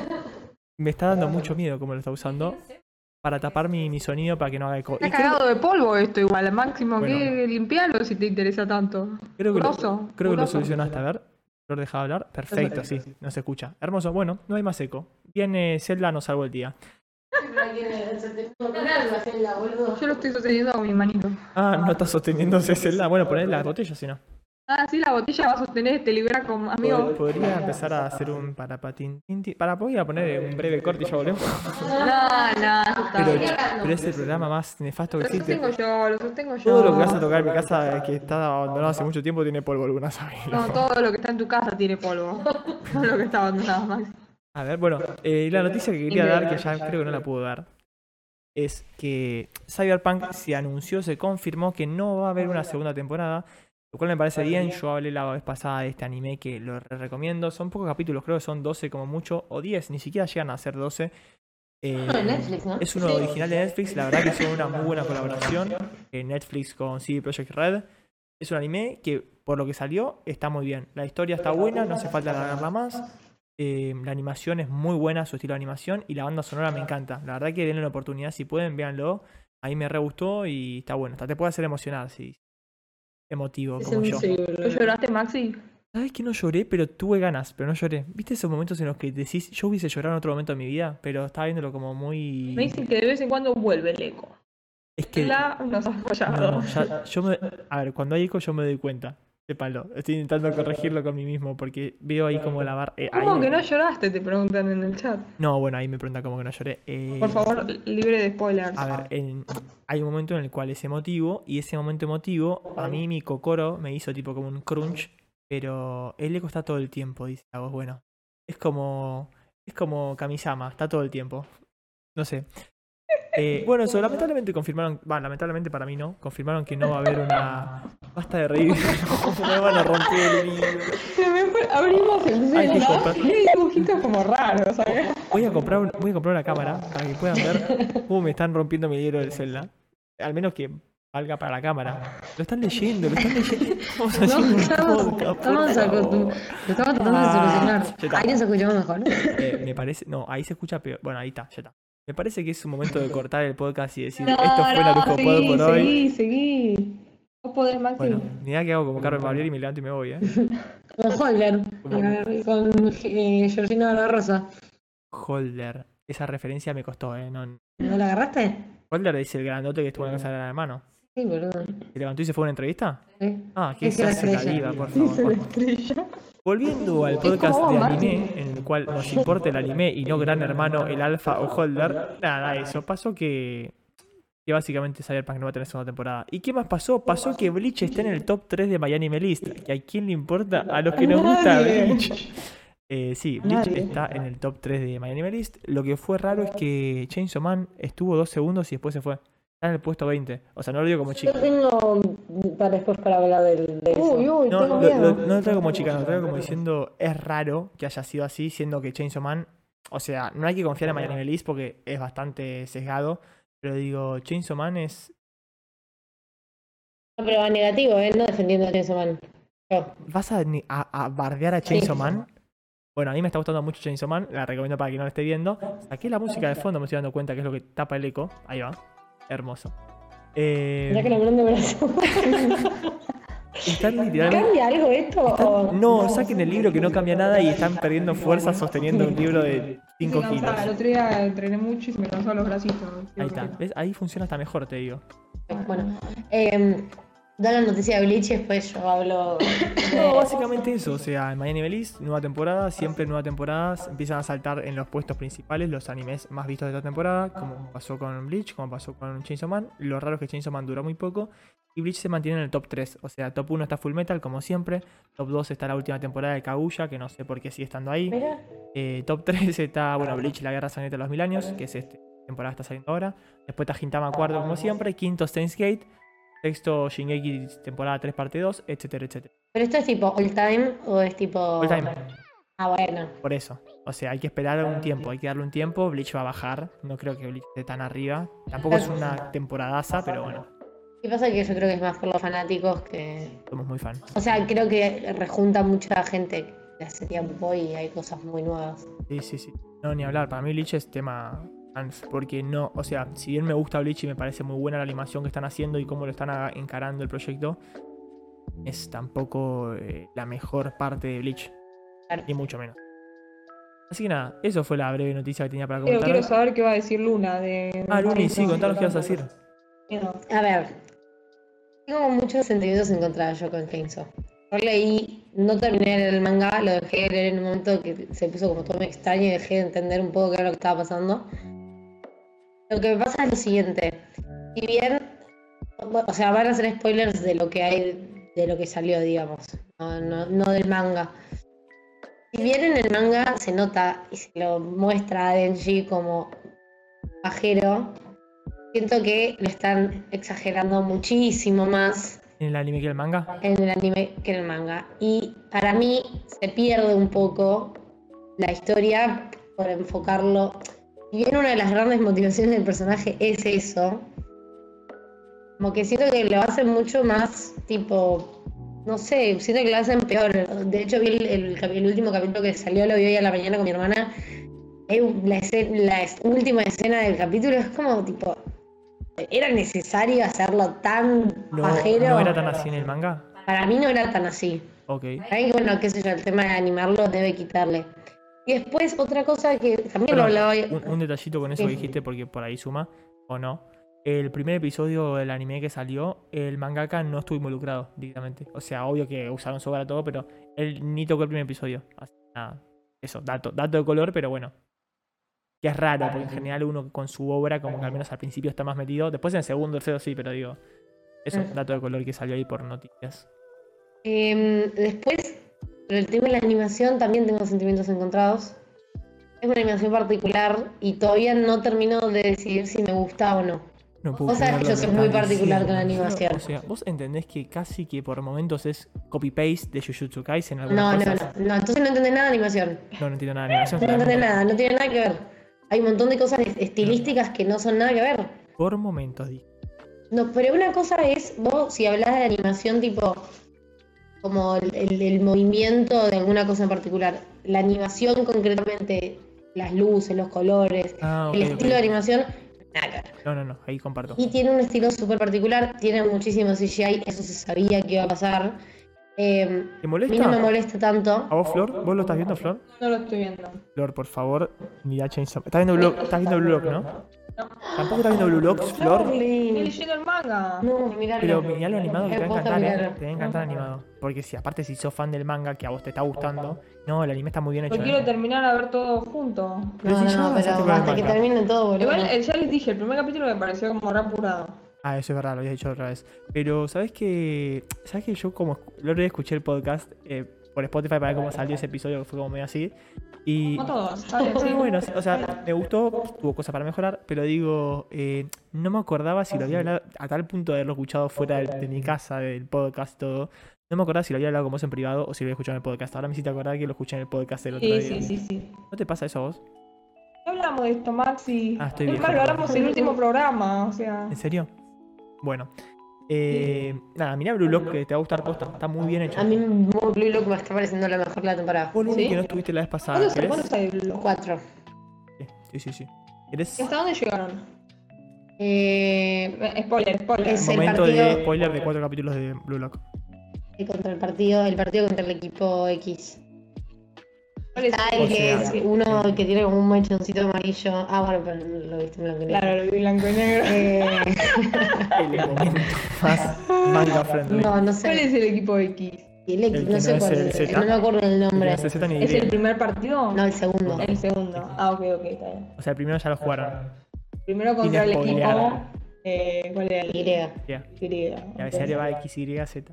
S2: Me está dando mucho miedo como lo está usando. Para tapar mi, mi sonido para que no haga eco. Y
S3: Está
S2: creo-
S3: cagado de polvo esto igual, máximo
S2: Bueno.
S3: que limpiarlo si te interesa tanto.
S2: creo que lo-
S3: Grosso,
S2: Creo que lo
S3: grosso.
S2: solucionaste, a ver. Flor dejaba hablar. Perfecto, sí, no se escucha. Hermoso. Bueno, no hay más eco. Viene Zelda, nos salvó el día.
S3: Yo lo estoy sosteniendo con mi manito.
S2: Ah, no está sosteniéndose Zelda. Bueno, poner la botella si no.
S3: Ah, sí, la botella va a sostener, te libera con amigo.
S2: Pod- Podría empezar a hacer un para patín. tin, tin. Para, voy a poner un breve corte y ya volvemos.
S3: No, no, eso está.
S2: Pero, pero es el programa más nefasto que
S3: Lo
S2: existe.
S3: sostengo yo, lo sostengo yo.
S2: Todo lo que vas a tocar en mi casa, que está abandonado hace mucho tiempo, tiene polvo alguna
S3: No, todo lo que está en tu casa tiene polvo. Todo lo que está abandonado, Maxi.
S2: A ver, bueno, eh, la noticia que quería dar, que ya creo que no la puedo dar, es que Cyberpunk se anunció, se confirmó que no va a haber una segunda temporada, lo cual me parece bien. Yo hablé la vez pasada de este anime que lo re- recomiendo. Son pocos capítulos, creo que son 12 como mucho, o 10, ni siquiera llegan a ser 12. Eh,
S4: Uno de Ah, Netflix, ¿no?
S2: es uno original de Netflix, la verdad que hizo una muy buena colaboración eh, Netflix con CD Projekt Red. Es un anime que, por lo que salió, está muy bien. La historia está buena, no hace falta alargarla más. Eh, la animación es muy buena, su estilo de animación, y la banda sonora me encanta. La verdad que denle la oportunidad, si pueden, véanlo. A mí me re gustó y está bueno. Hasta te puede hacer emocionar, si emotivo,
S4: Es
S2: como yo.
S3: ¿Lo
S4: invisible.
S3: lloraste, Maxi?
S2: ¿Sabes que no lloré, pero tuve ganas, pero no lloré? ¿Viste esos momentos en los que decís, yo hubiese llorado en otro momento de mi vida, pero estaba viéndolo como muy...
S3: Me dicen que de vez en cuando vuelve el eco.
S2: Es que...
S3: La nos ha fallado.
S2: No, ya- yo me- a ver, cuando hay eco yo me doy cuenta. Sépalo. Estoy intentando corregirlo con mí mismo porque veo ahí como la barra.
S3: ¿Cómo que no lloraste? Te preguntan en el chat.
S2: No, bueno, ahí me pregunta cómo que no lloré. Eh,
S3: Por favor, libre de spoilers.
S2: A ver, en- hay un momento en el cual es emotivo y ese momento emotivo a mí mi cocoro me hizo tipo como un crunch, pero el eco está todo el tiempo, dice la voz. Bueno, es como es como Kamisama, está todo el tiempo. No sé. Eh, bueno, eso, lamentablemente confirmaron, va, lamentablemente para mí no, confirmaron que no va a haber una... Basta de reír, no, me van a romper el hilo.
S3: Se me fue- abrimos el
S2: Ay,
S3: celular
S2: disculpa.
S3: y hay dibujitos como raros, ¿sabes?
S2: Voy a comprar, un- voy a comprar una cámara para que puedan ver cómo me están rompiendo mi libro del celda. Al menos que valga para la cámara. Lo están leyendo, lo están leyendo. Estamos
S4: No,
S2: haciendo un
S4: estamos,
S2: podcast, por
S4: estamos
S2: favor.
S4: acostum- lo estamos tratando
S2: Ah,
S4: de
S2: yo
S4: solucionar.
S2: tampoco.
S4: Ahí nos escuchamos mejor.
S2: Eh, me parece. No, ahí se escucha peor. Bueno, ahí está, ya está. Me parece que es un momento de cortar el podcast y decir, esto fue la
S3: no,
S2: Pod por hoy.
S3: seguí, seguí. Vos podés, Maxi.
S2: Bueno, mirá que hago como Carmen Baglieri y me levanto y me voy, eh.
S4: Con Holger, con eh, Georgina Barbarosa.
S2: Holder. Esa referencia me costó, eh. No.
S4: ¿No la agarraste?
S2: Holder es el grandote que estuvo en la casa de la hermano.
S4: Sí, boludo.
S2: ¿Se levantó y se fue a una entrevista?
S4: Sí.
S2: Ah, que
S4: Es que la
S2: se la
S4: estrella.
S2: diva, por
S3: Sí, se
S2: favor.
S3: la estrella.
S2: Volviendo al podcast de anime, en el cual nos importa el anime y no Gran Hermano, el Alfa o Holder, nada, eso. Pasó que. Que básicamente Cyberpunk no va a tener segunda temporada. ¿Y qué más pasó? Pasó que Bleach está en el top 3 de Miami Melist. ¿Y a quién le importa? A los que nos gusta
S3: Nadie.
S2: Bleach. Eh, sí, Bleach
S3: Nadie.
S2: está en el top 3 de Miami Melist. Lo que fue raro es que Chainsaw Man estuvo dos segundos y después se fue. Está en el puesto 20. O sea, no lo digo como chico.
S4: Yo tengo para después para hablar del, de eso.
S3: Uy, uy,
S2: No,
S3: tengo
S2: lo,
S3: miedo.
S2: lo- no lo traigo como chicano, lo traigo como diciendo, es raro que haya sido así, siendo que Chainsaw Man, o sea, no hay que confiar en Miami Melis porque es bastante sesgado, pero digo, Chainsaw Man es,
S4: No, pero va negativo, ¿eh? No defendiendo a Chainsaw Man. Yo.
S2: ¿vas a, ni- a- a bardear a Chainsaw Man? Bueno, a mí me está gustando mucho Chainsaw Man, la recomiendo para quien no la esté viendo. Saqué la música de fondo, me estoy dando cuenta que es lo que tapa el eco, ahí va, hermoso. Eh,
S4: Ya que lo miran de brazo.
S2: están literalmente...
S4: ¿Cambia algo esto? o-
S2: están- no, saquen el libro que no cambia nada y están perdiendo fuerza sosteniendo un libro de 5
S3: Sí, cansada,
S2: kilos.
S3: El otro día entrené mucho y se me cansaron los bracitos.
S2: Ahí está, ¿ves? Ahí funciona hasta mejor, te digo.
S4: Bueno, eh, da la noticia de Bleach y después yo hablo.
S2: No, básicamente eso, o sea, en Miami Belis, nueva temporada, siempre nueva temporada, empiezan a saltar en los puestos principales los animes más vistos de esta temporada, como pasó con Bleach, como pasó con Chainsaw Man. Lo raro es que Chainsaw Man duró muy poco y Bleach se mantiene en el top 3, o sea, top 1 está Full Metal, como siempre, top 2 está la última temporada de Kaguya, que no sé por qué sigue estando ahí.
S4: Mira,
S2: Eh, top 3 está, bueno, Bleach, la guerra sangrienta de los mil años, que es esta temporada está saliendo ahora. Después está Gintama cuarto, como siempre. Quinto, Steins Gate. Sexto, Shingeki, temporada 3, parte 2, etcétera, etcétera.
S4: ¿pero esto es tipo all time o es tipo.?
S2: All time,
S4: Ah, bueno.
S2: por eso. O sea, hay que esperar un tiempo, hay que darle un tiempo. Bleach va a bajar. No creo que Bleach esté tan arriba. Tampoco es una temporadaza, pero bueno,
S4: ¿Qué pasa? Que yo creo que es más por los fanáticos que.
S2: somos muy fan.
S4: O sea, creo que rejunta mucha gente de hace tiempo y hay cosas muy nuevas.
S2: Sí, sí, sí. No, ni hablar. Para mí Bleach es tema fans, porque no, o sea, si bien me gusta Bleach y me parece muy buena la animación que están haciendo y cómo lo están aga- encarando el proyecto, es tampoco eh, la mejor parte de Bleach,
S4: Claro.
S2: ni mucho menos. Así que nada, eso fue la breve noticia que tenía para
S3: Pero
S2: comentar.
S3: quiero saber qué va a decir Luna de...
S2: Ah, Luni, sí, contanos qué vas a decir.
S3: Miedo.
S4: A ver, tengo muchos sentimientos encontrados yo con Chainsaw. Yo leí, no terminé el manga, lo dejé de leer en un momento que se puso como todo me extraño y dejé de entender un poco qué era lo que estaba pasando. Lo que me pasa es lo siguiente, si bien, o sea, van a hacer spoilers de lo que hay, de lo que salió, digamos, no, no, no del manga. Si bien en el manga se nota y se lo muestra a Denji como pajero, Siento que lo están exagerando muchísimo más
S2: en el anime que el
S3: Ah,
S2: manga.
S4: en el anime que en el manga. Y para mí se pierde un poco la historia por enfocarlo. Y bien una de las grandes motivaciones del personaje es eso. Como que siento que lo hacen mucho más tipo. No sé, siento que lo hacen peor. De hecho, vi el, el capi- el último capítulo que salió, lo vi hoy a la mañana con mi hermana. Hay un- La, esce- la es- última escena del capítulo es como tipo. ¿Era necesario hacerlo tan
S2: No,
S4: pajero?
S2: no era tan así en el manga.
S4: Para mí no era tan así.
S2: Ok.
S4: Ahí, bueno, qué sé yo, el tema de animarlo debe quitarle. Y después otra cosa que también
S2: Perdón,
S4: lo hablaba hoy.
S2: un, un detallito con eso
S4: Sí.
S2: que dijiste porque por ahí suma o no. El primer episodio del anime que salió, el mangaka no estuvo involucrado directamente. O sea, obvio que usaron su obra todo, pero él ni tocó el primer episodio. Así que nada. Eso, dato, dato de color, pero bueno. Que es raro, porque en general uno con su obra, como que al menos al principio está más metido. Después en el segundo, tercero sí, pero digo. Eso,
S4: Mm.
S2: dato de color que salió ahí por noticias.
S4: Em, después, sobre el tema de la animación, también tengo sentimientos encontrados. Es una animación particular y todavía no termino de decidir si me gusta o no.
S2: No puedo
S4: Vos sabés
S2: creer
S4: que
S2: lo
S4: yo soy
S2: me
S4: muy
S2: estás
S4: particular con la
S2: diciendo.
S4: animación.
S2: O sea, vos entendés que casi que por momentos es copy-paste de Jujutsu Kaisen en
S4: No,
S2: algunas
S4: no, no,
S2: cosas.
S4: no. Entonces no entendés nada de animación.
S2: No, no entiendo nada de animación.
S4: No entendés
S2: claramente.
S4: nada, no tiene nada que ver. Hay un montón de cosas estilísticas que no son nada que ver.
S2: Por momentos, dije.
S4: No, pero una cosa es, vos, si hablas de animación, tipo, como el, el- el movimiento de alguna cosa en particular, la animación concretamente, las luces, los colores,
S2: Ah, ok,
S4: el
S2: ok.
S4: estilo de animación, nada. que ver.
S2: No, no, no, ahí comparto.
S4: Y tiene un estilo súper particular, tiene muchísimo CGI, eso se sabía que iba a pasar. Eh,
S2: ¿Te
S4: a
S2: molesta?
S4: mí no me molesta tanto.
S2: ¿A vos, Flor? ¿Vos lo estás viendo, Flor?
S3: No lo estoy viendo.
S2: Flor, por favor, mira Chainsaw. ¿Estás viendo Blue, estás viendo Blue Lock, no? Tampoco estás viendo Blue Lock, Flor.
S3: Estoy
S4: Charlie.
S3: leyendo el manga.
S4: No, miralo.
S2: Pero mirá lo animado que te va a
S4: Posta,
S2: encantar, ¿eh?
S4: miralo.
S2: Te va a encantar animado. Porque si, aparte, si sos fan del manga que a vos te está gustando, no, el anime está muy bien
S3: Lo
S2: hecho.
S3: quiero
S2: ¿eh?
S3: terminar a ver todo junto.
S2: Pero
S4: No,
S2: si
S4: no,
S2: ya
S4: no,
S2: avanzaste
S4: pero
S2: con el
S4: hasta que
S2: manga.
S4: termine todo, boludo.
S3: Igual, eh, ya les dije, el primer capítulo me pareció como re apurado.
S2: Ah, eso es verdad, lo habías dicho otra vez. Pero, ¿sabes que ¿Sabes que yo como escu- la otra vez escuché el podcast eh, por Spotify para ver cómo salió ese episodio, que fue como medio así? Y
S3: Como todos, ¿sabes?
S2: muy bueno, o sea, me gustó, tuvo cosas para mejorar, pero digo, eh, no me acordaba si lo había hablado, a tal punto de haberlo escuchado fuera de, de mi casa, del podcast y todo, no me acordaba si lo había hablado con vos en privado o si lo había escuchado en el podcast. Ahora me hiciste acordar que lo escuché en el podcast del otro
S3: Sí,
S2: día.
S3: sí, sí, sí.
S2: ¿No te pasa eso a vos?
S3: ¿Qué hablamos de esto, Maxi?
S2: Ah, estoy
S3: Nunca
S2: viejo,
S3: lo hablamos en el último programa, o sea.
S2: ¿En serio? Bueno. Eh, nada, mirá Blue Lock, que te va a gustar posta, está muy bien hecho.
S4: A mí Blue Blue Lock me está pareciendo la mejor la temporada.
S2: Vos lo único
S3: ¿Sí?
S2: que no estuviste la vez pasada,
S3: ¿Cuándo se
S2: ¿querés?
S3: cuándo se dobló?
S4: Cuatro.
S2: Sí, sí, sí. ¿Querés
S3: ¿Hasta dónde llegaron?
S4: Eh,
S3: Eh, Spoiler, spoiler.
S4: Es el
S2: momento de
S4: partido-
S2: spoiler de cuatro capítulos de Blue Lock?
S4: contra el partido, el partido contra el equipo X.
S3: ¿Cuál es?
S4: Ah, el que
S2: O
S4: es
S2: sea,
S4: uno
S2: sí.
S4: que tiene como un manchoncito amarillo. Ah, bueno, pero lo viste en blanco y negro.
S3: Claro, lo vi blanco y negro.
S4: Eh,
S2: El momento más manga friendly.
S4: no, no
S3: ¿Cuál
S4: sé.
S3: es el equipo X?
S4: El X,
S2: El que
S4: no sé
S2: no es
S4: cuál
S2: el
S4: es.
S2: Z.
S4: No me acuerdo el
S2: Ni
S4: nombre.
S2: la CZ ni
S3: ¿Es
S2: Y.
S3: el primer partido?
S4: No, el segundo.
S3: El segundo. Ah, ok, ok, está bien.
S2: O sea, primero ya lo jugaron.
S3: Primero contra el
S2: Sin
S3: equipo.
S2: spoilear.
S3: Eh, ¿Cuál era el
S4: Y.
S2: Ya.
S3: griego?
S2: Y a veces le va X, Y, Z.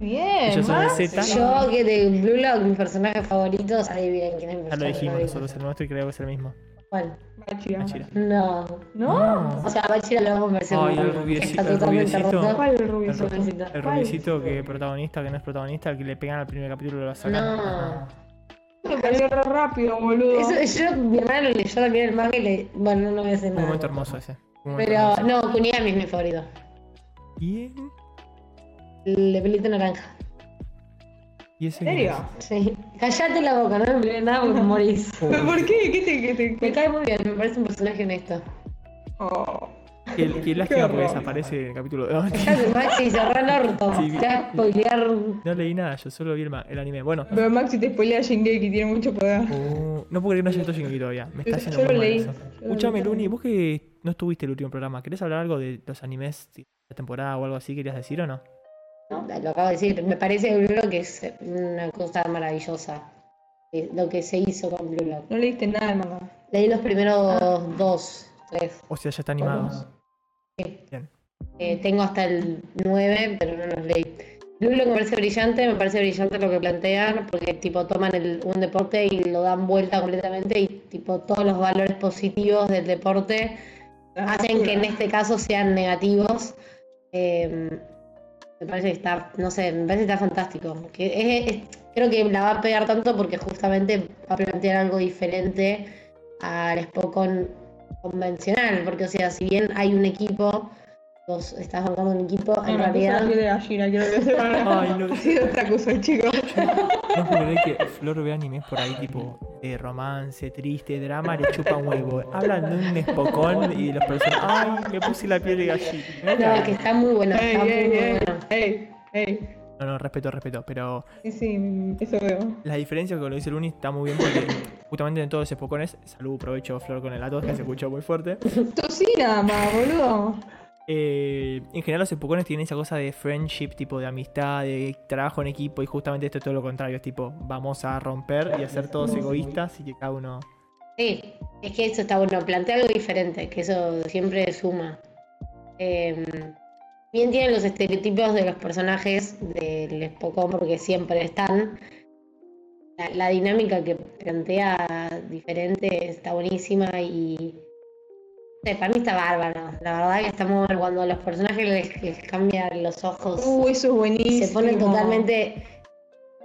S3: Bien.
S2: Ellos son de
S3: Max.
S2: Z.
S4: Yo, que de Blue Lock, mi personaje favorito, adivinen quién es
S2: Ya lo
S4: mi personaje
S2: dijimos
S4: favorito.
S2: nosotros, el nuestro y creo que es el mismo.
S4: ¿Cuál?
S3: Machira.
S2: Machira.
S4: No.
S3: ¿No?
S4: O sea, Bachira lo vamos a conversar
S2: Ay,
S4: un
S2: el
S4: montón.
S2: rubiecito,
S4: Está
S2: el
S4: totalmente
S2: rubiecito.
S4: roto.
S3: ¿Cuál el rubio?
S2: El ru-
S4: Rubiecito.
S2: El rubicito que es protagonista, que no es protagonista, el que le pegan al primer capítulo lo va a sacar.
S4: No.
S3: Me pareció re rápido, boludo.
S4: Eso, yo, mi hermano leyó también el manga y le. Bueno, no voy a decir
S2: Un momento
S4: nada.
S2: hermoso ese. Un momento
S4: Pero
S2: hermoso.
S4: no, Kunigami es mi favorito.
S2: ¿Quién?
S4: El de pelito naranja.
S2: ¿Y ese
S3: ¿En
S2: quién
S3: serio?
S4: Sí. Callate la boca, no me pelees nada porque me morís.
S3: ¿Pero
S2: Oh,
S3: por qué? ¿Qué te.? Qué te
S4: Me
S3: qué te-
S4: cae muy bien, me parece un personaje honesto.
S3: Oh.
S2: es? Qué- Qué lástima porque
S3: horror.
S2: desaparece en el capítulo. No,
S4: Cállate, Maxi, cerrá el orto.
S2: Sí.
S4: Te vas a spoilear.
S2: no leí nada, yo solo vi el, ma- el anime. Bueno,
S3: Pero Maxi te spoilea Shingeki, tiene mucho poder.
S2: Oh, no puedo creer que no haya visto Shingeki todavía. Me está
S3: Yo-
S2: haciendo
S3: yo
S2: muy
S3: lo
S2: mal
S3: leí.
S2: eso.
S3: Yo lo
S2: Escuchame,
S3: leí
S2: Luni,
S3: también.
S2: vos que no estuviste el último programa, ¿querés hablar algo de los animes de la temporada o algo así? ¿Querías decir o no?
S4: Lo acabo de decir, me parece Blue Lock es una cosa maravillosa. eh, Lo que se hizo con Blue Lock.
S3: No leíste nada de manga.
S4: Leí los primeros dos, tres.
S2: O sea, ya está animado.
S4: Eh, tengo hasta el 9, pero no los leí. Blue Lock me parece brillante, me parece brillante lo que plantean, porque tipo toman el- un deporte y lo dan vuelta completamente y tipo todos los valores positivos del deporte hacen que en este caso sean negativos. Eh, me parece que está, no sé, me parece que está fantástico. Que es- es- creo que la va a pegar tanto porque justamente va a plantear algo diferente al Spokon convencional. Porque, o sea, si bien hay un equipo, vos estás bancando un equipo, en
S3: me puse la
S4: realidad.
S3: piel de gallina, quiero que sepan.
S2: Ay, no.
S3: Ha sido otaku, soy chico.
S2: No puedo creer que Flor ve animes por ahí, tipo de romance, triste, drama, le chupa un huevo. Hablan de un espocón y los personas. ¡Ay, me puse la piel de
S4: No, es que
S2: gallina!
S4: está muy bueno.
S3: Ey,
S4: Está muy,
S3: ey,
S4: muy
S3: ey,
S4: bueno.
S3: ey, ey.
S2: No, no, respeto, respeto. Pero
S3: Sí, sí, eso veo.
S2: la diferencia con lo que dice Luni está muy bien porque justamente en todos los espocones, salud, provecho, Flor con el ato, que se escuchó muy fuerte.
S3: Tosina, más, boludo.
S2: Eh, en general los espocones tienen esa cosa de friendship, tipo de amistad, de trabajo en equipo y justamente esto es todo lo contrario, es tipo, vamos a romper y a ser todos egoístas y que cada uno...
S4: Sí, es que eso está bueno, plantea algo diferente, que eso siempre suma. Eh, bien tienen los estereotipos de los personajes del Spokon porque siempre están. La, la dinámica que plantea diferente está buenísima y no sé, para mí está bárbaro. La verdad que está muy bueno cuando a los personajes les, les cambian los ojos
S3: Uh, eso es
S4: y
S3: buenísimo.
S4: se ponen totalmente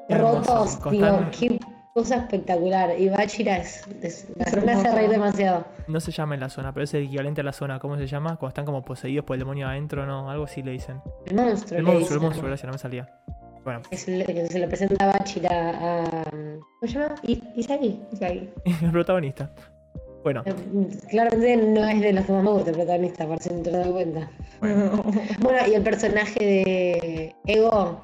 S2: Hermoso,
S4: rotos. Digo,
S2: constante.
S4: qué cosa espectacular. Y Bachira es, es- me hace
S3: hermoso.
S4: reír demasiado.
S2: No se llama en la zona, pero es el equivalente a la zona, ¿cómo se llama? Cuando están como poseídos por el demonio adentro, ¿no? Algo así le dicen.
S4: El monstruo.
S2: El
S4: le
S2: monstruo, el
S4: dicen.
S2: monstruo, gracias, no me salía. Bueno,
S4: Es el que se lo presenta a Bachira a. ¿Cómo se llama? I- Isagi. Isagi.
S2: el protagonista. Bueno,
S4: Eh, Claramente no es de los que más me gusta el protagonista, por si no te das cuenta. Bueno, y el personaje de Ego.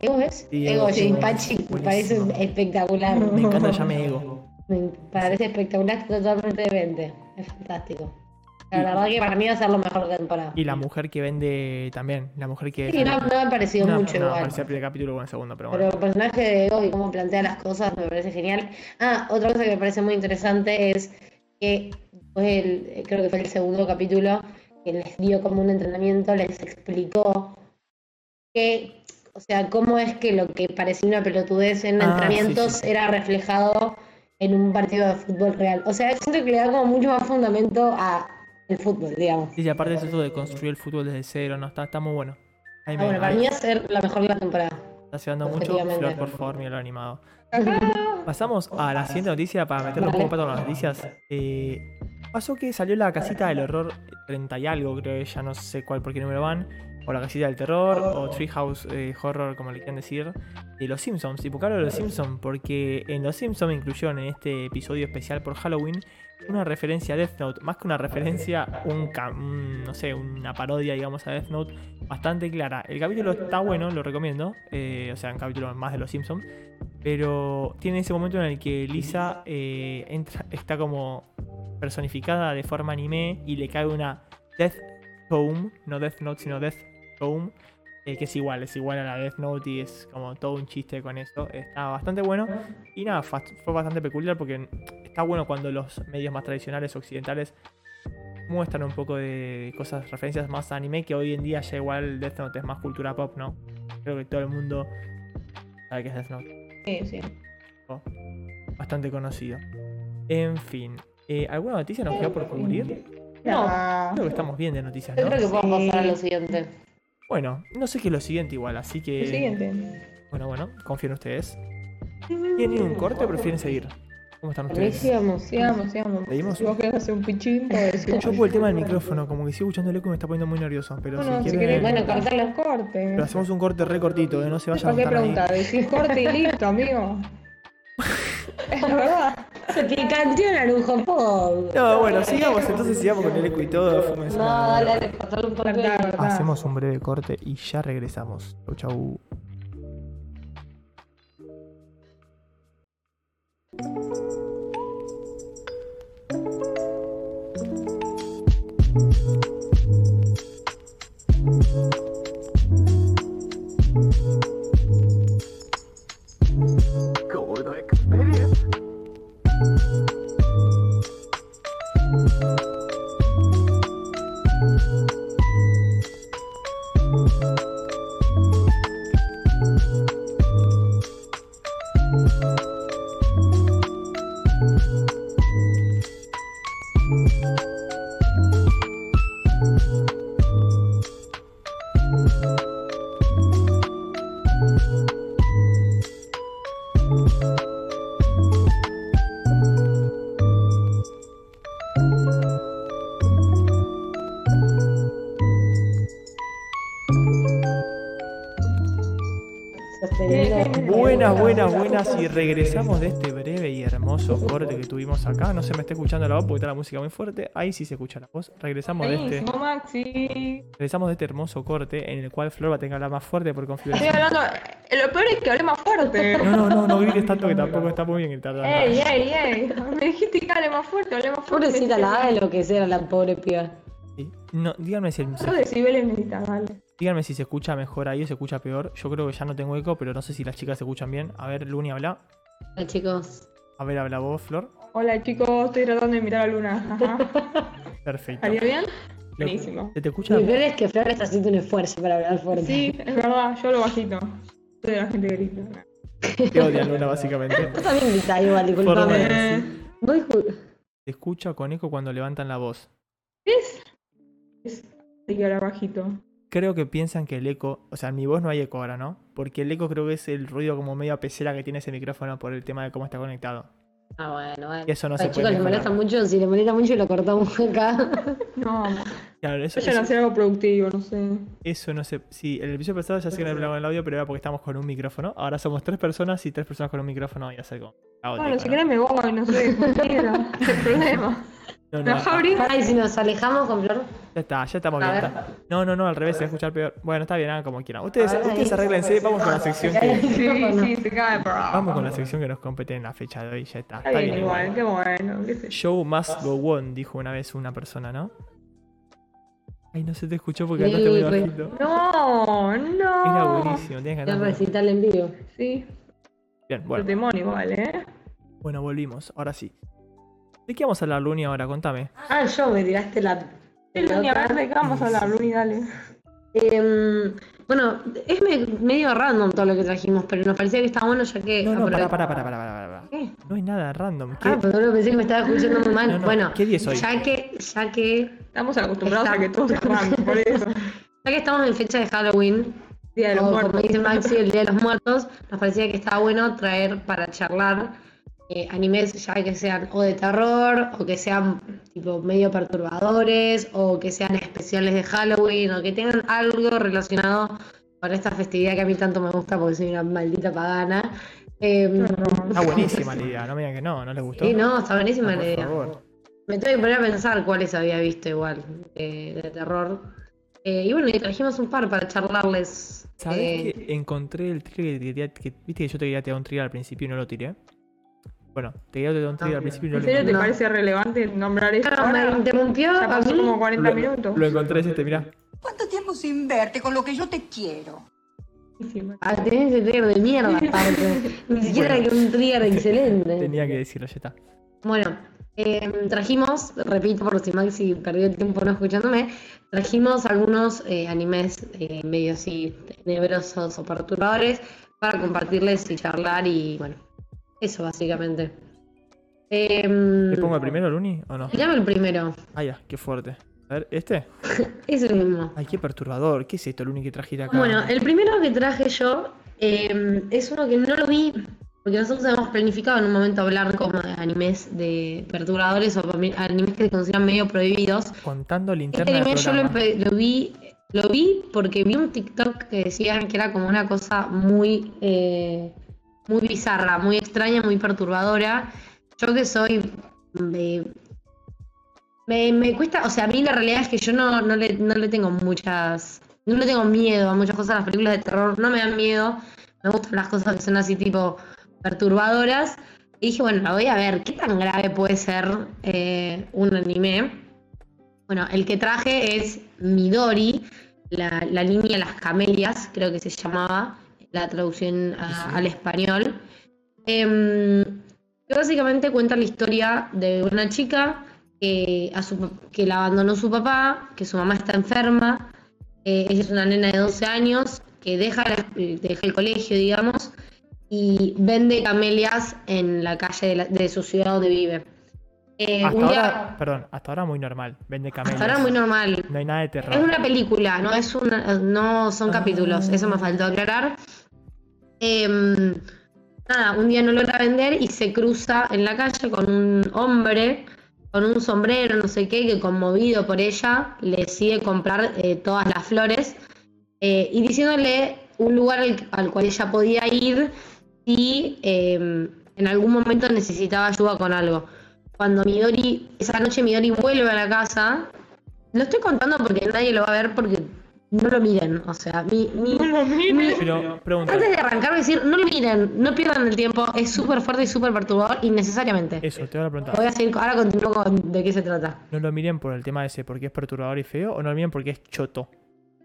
S4: ¿Ego es?
S2: Sí,
S4: Ego,
S2: Ego, sí,
S4: Jinpachi. me parece
S2: buenísimo.
S4: espectacular.
S2: me encanta que llame Ego.
S4: Me parece espectacular totalmente diferente. Es fantástico. La verdad que para mí va a ser lo mejor de la temporada.
S2: Y la mujer que vende también, la mujer que...
S4: Sí, no, no me ha parecido
S2: No,
S4: mucho
S2: no,
S4: igual.
S2: aparecía el primer capítulo o en el segundo, pero
S4: Pero
S2: bueno.
S4: el personaje de Ego y cómo plantea las cosas me parece genial. Ah, otra cosa que me parece muy interesante es que fue el, creo que fue el segundo capítulo que les dio como un entrenamiento, les explicó que, o sea, cómo es que lo que parecía una pelotudez en
S2: Ah,
S4: entrenamientos
S2: sí, sí,
S4: era reflejado en un partido de fútbol real. O sea, siento que le da como mucho más fundamento a el fútbol, digamos.
S2: Y aparte es eso de construir el fútbol desde cero, ¿no? Está, está muy bueno. Ahí
S4: Ah, bueno, para mí va a ser la mejor de la temporada.
S2: está llevando mucho.
S4: Efectivamente.
S2: Flor, por favor, mira lo animado. Pasamos a la siguiente noticia para meternos un
S4: Vale.
S2: poco para las noticias. Eh, pasó que salió la casita del horror 30 y algo, creo que ya no sé cuál por qué número van. O la casita del terror, o Treehouse eh, Horror, como le quieran decir, de los Simpsons. Y por qué hablo de los Simpsons, porque en los Simpsons incluyeron en este episodio especial por Halloween una referencia a Death Note, más que una referencia, un, ca- un, no sé, una parodia, digamos, a Death Note bastante clara. El capítulo está bueno, lo recomiendo, eh, o sea, un capítulo más de los Simpsons, pero tiene ese momento en el que Lisa eh, entra, está como personificada de forma anime y le cae una Death Tome, no Death Note, sino Death Tome, eh, que es igual, es igual a la Death Note y es como todo un chiste con eso. Está bastante bueno y nada, fa- fue bastante peculiar porque está bueno cuando los medios más tradicionales occidentales muestran un poco de cosas, referencias más anime que hoy en día ya igual Death Note es más cultura pop, ¿no? Creo que todo el mundo sabe que es Death Note
S3: Sí, sí.
S2: bastante conocido. En fin, eh, ¿alguna noticia nos queda por cubrir?
S3: No.
S2: Creo que estamos bien de noticias,
S4: Yo
S2: ¿no?
S4: creo que podemos
S3: Sí.
S4: pasar a lo siguiente.
S2: Bueno, no sé qué es lo siguiente igual, así que...
S3: El siguiente.
S2: Bueno, bueno, confío en ustedes. ¿Tienen un corte o prefieren seguir? ¿Cómo están
S4: Por mí
S2: ustedes?
S4: sigamos, sigamos.
S3: Sigamos, sigamos.
S2: Seguimos.
S3: Si vos querés hacer un pichín, podés decir.
S2: Yo por el tema del micrófono, como que sigo escuchando loco y me está poniendo muy nervioso, pero
S3: Bueno,
S2: si
S3: si
S2: quieren...
S3: querés,
S4: Bueno,
S3: bueno,
S4: corta
S3: cortar
S4: los
S3: los cortes.
S2: Pero hacemos un corte re cortito, que no se vayan a
S3: ¿Para qué
S2: notar ahí.
S3: preguntar? Decís corte y listo, amigo. Es la verdad.
S4: Que canción Narujo Pop.
S2: No, bueno, sigamos, entonces sigamos con el eco y todo. fúmense
S4: No,
S2: una-
S4: dale, cortalo un poco.
S3: Cortá, cortá.
S2: Hacemos un breve corte y ya regresamos. Chau, chau. Buenas, buenas, buenas. Y regresamos de este breve y hermoso corte que tuvimos acá. No se me está escuchando la voz porque está la música muy fuerte. Ahí sí se escucha la voz. Regresamos de este,
S3: Buenísimo, Maxi.
S2: regresamos de este hermoso corte en el cual Flor va a tener la más fuerte por
S3: Estoy
S2: configuración.
S3: hablando. eh, Lo peor es que hablé más fuerte.
S2: No, no, no, no grites tanto que tampoco está muy bien gritar. tanto.
S3: Ey, ey, ey. Me dijiste que hable más fuerte, hablé más fuerte.
S4: Pobrecita, la haga lo que sea la pobre piba.
S2: Sí. No, díganme si,
S3: Cuatro decibeles necesitas, dale.
S2: díganme si se escucha mejor ahí o se escucha peor. Yo creo que ya no tengo eco, pero no sé si las chicas se escuchan bien. A ver, Luni, habla.
S4: Hola, chicos.
S2: A ver, habla vos, Flor.
S3: Hola chicos, estoy tratando de imitar a Luna. Ajá.
S2: Perfecto.
S3: ¿Salió bien?
S2: Lo-
S3: Buenísimo.
S2: ¿Se te escucha?
S4: Lo peor es que Flor está haciendo un esfuerzo para hablar fuerte.
S3: Sí, es verdad, yo lo bajito. Soy de la gente que grita.
S2: Te odian, Luna, básicamente.
S4: Yo también grita igual, disculpame.
S2: Por-
S3: Eh,
S4: Voy ju-
S2: Se escucha con eco cuando levantan la voz.
S3: ¿Ves? Es- Hay que hablar bajito.
S2: Creo que piensan que el eco, o sea, en mi voz no hay eco ahora, ¿no? Porque el eco creo que es el ruido como medio a pecera que tiene ese micrófono por el tema de cómo está conectado.
S4: Ah, bueno, bueno.
S2: Y eso no
S4: Ay,
S2: se
S4: chicos,
S2: puede.
S4: les molesta
S2: mejorar.
S4: mucho. Si les molesta mucho, lo cortamos acá.
S3: No,
S2: Claro, eso,
S3: yo ya no
S2: eso-
S3: sé algo productivo, no sé.
S2: eso no se. Sí, el episodio pasado ya sé que no hablaba con el audio, pero era porque estamos con un micrófono. Ahora somos tres personas y tres personas con un micrófono y hacer como.
S3: Bueno,
S2: caótico,
S3: si querés me voy, no sé, cualquiera. el problema.
S2: No,
S3: Me
S2: no,
S3: vas a abrir.
S4: Ay, si nos alejamos con Flor.
S2: Ya está, ya estamos
S4: A
S2: bien.
S4: ver.
S2: está- No, no, no, al revés, se va a escuchar peor. Bueno, está bien, hagan como quieran. Ustedes,
S4: A ver,
S2: ustedes
S4: ahí.
S2: arréglense, vamos con la sección que.
S3: Sí, sí, se cae, pero.
S2: Vamos con la sección que nos compete en la fecha de hoy, ya está.
S3: Está bien, igual, qué bueno. qué sé yo.
S2: Show must go on, dijo una vez una persona, ¿no? Ay, no se te escuchó porque
S4: Sí, pues.
S2: andaste muy
S4: güey.
S2: bajito.
S3: No, no.
S2: Era buenísimo, tienes que
S4: El
S2: andar. muy-
S4: recital en vivo.
S3: Sí,
S2: Bien,
S3: el
S2: bueno.
S3: demonio igual, ¿eh?
S2: Bueno, volvimos, ahora sí. ¿De qué vamos a hablar, Luni, ahora? Contame.
S4: Ah, yo me tiraste la.
S3: El
S4: la
S3: Luni, a
S4: otra.
S3: ver de qué vamos a hablar, Luni, dale.
S4: Em, bueno, es me- medio random todo lo que trajimos, pero nos parecía que estaba bueno ya que.
S2: No, no,
S4: aprove-
S2: pará, pará, pará, pará, pará, pará.
S4: ¿Qué?
S2: No hay nada random. ¿Qué?
S4: Ah, pero yo pensé que me estaba escuchando muy mal.
S2: No, no,
S4: Bueno,
S2: ¿qué día es hoy?
S4: ya que, ya que.
S3: Estamos acostumbrados a
S4: Está-
S3: que todo sea random, por eso.
S4: Ya que estamos en fecha de Halloween,
S3: Día de los
S4: o como
S3: muertos.
S4: dice Maxi, el Día de los Muertos, nos parecía que estaba bueno traer para charlar eh, animes ya que sean o de terror, o que sean tipo medio perturbadores, o que sean especiales de Halloween, o que tengan algo relacionado con esta festividad que a mí tanto me gusta porque soy una maldita pagana. Em,
S2: Está buenísima la idea, no me digan que no, no les gustó. Ah,
S4: sí, no, está buenísima
S2: Por
S4: la idea.
S2: favor.
S4: Me tuve que poner a pensar cuáles había visto igual eh, de terror. Eh, y bueno, y trajimos un par para charlarles.
S2: ¿Sabés
S4: eh,
S2: que encontré el trigger que, quería- que- viste que yo te quería tirar un trigger al principio y no lo tiré? Bueno, te quería tirar un
S4: Ah,
S2: trigger al principio y no
S3: ¿En
S2: lo
S3: serio te
S4: No.
S3: parece relevante nombrar esto?
S4: Claro, me
S3: ahora?
S4: interrumpió
S3: Ya
S4: a
S3: pasó
S4: mí.
S3: como 40
S2: Lo,
S3: minutos.
S2: lo encontré, es este, mirá.
S6: ¿Cuánto tiempo sin verte con lo que yo te quiero?
S3: Buenísimo.
S4: A tener Ah, ese trigger de mierda, aparte. Ni siquiera
S2: Bueno.
S4: era un trigger excelente.
S2: Tenía que decirlo, ya está.
S4: mm. Bueno, eh, trajimos, repito por si Maxi perdió el tiempo no escuchándome, trajimos algunos eh, animes eh, medio así tenebrosos o perturbadores para compartirles y charlar y bueno, eso básicamente. Em,
S2: ¿Le pongo el primero, Luni, o no?
S4: tirame el primero,
S2: Ah, ya, qué fuerte. A ver, ¿este?
S4: es el mismo.
S2: Ay, qué perturbador. ¿Qué es esto, Luni, que trajiste acá?
S4: Bueno, el primero que traje yo eh, es uno que no lo vi, porque nosotros habíamos planificado en un momento hablar como de animes de perturbadores o pami- animes que se consideran medio prohibidos.
S2: Contando la
S4: Este
S2: interna del
S4: anime yo lo,
S2: programa.
S4: empe- lo vi, lo vi porque vi un TikTok que decían que era como una cosa muy, eh, muy bizarra, muy extraña, muy perturbadora. Yo que soy de- me, me cuesta, o sea, a mí la realidad es que yo no, no, le, no le tengo muchas, no le tengo miedo a muchas cosas, las películas de terror no me dan miedo, me gustan las cosas que son así tipo perturbadoras. Y dije, bueno, la voy a ver, ¿qué tan grave puede ser eh, un anime? Bueno, el que traje es Midori, la, la línea Las Camelias, creo que se llamaba, la traducción a- al español. Em, que básicamente cuenta la historia de una chica que, a su pa- que la abandonó su papá, que su mamá está enferma, eh, ella es una nena de 12 años que deja, la- eh, deja el colegio, digamos, y vende camelias en la calle de, la- de su ciudad donde vive. Eh,
S2: Hasta
S4: un día-
S2: ahora, perdón, hasta ahora muy normal. Vende
S4: hasta
S2: camellos.
S4: ahora muy normal,
S2: No hay nada de
S4: es
S2: terror.
S4: una película, no es una, no son
S2: Ah.
S4: capítulos, eso me faltó aclarar. Em, nada, un día no logra vender y se cruza en la calle con un hombre con un sombrero, no sé qué, que conmovido por ella le decide comprar eh, todas las flores eh, y diciéndole un lugar al, al cual ella podía ir si eh, en algún momento necesitaba ayuda con algo. Cuando Midori, esa noche Midori vuelve a la casa, lo estoy contando porque nadie lo va a ver porque no lo miren, o sea, mi, mi- mi-
S2: Pero pregunta,
S4: antes de arrancar voy a decir, no lo miren, no pierdan el tiempo, es súper fuerte y súper perturbador innecesariamente.
S2: eso, te voy a preguntar.
S4: Voy a seguir, ahora continúo con de qué se trata.
S2: ¿No lo miren por el tema ese porque es perturbador y feo o no lo miren porque es choto?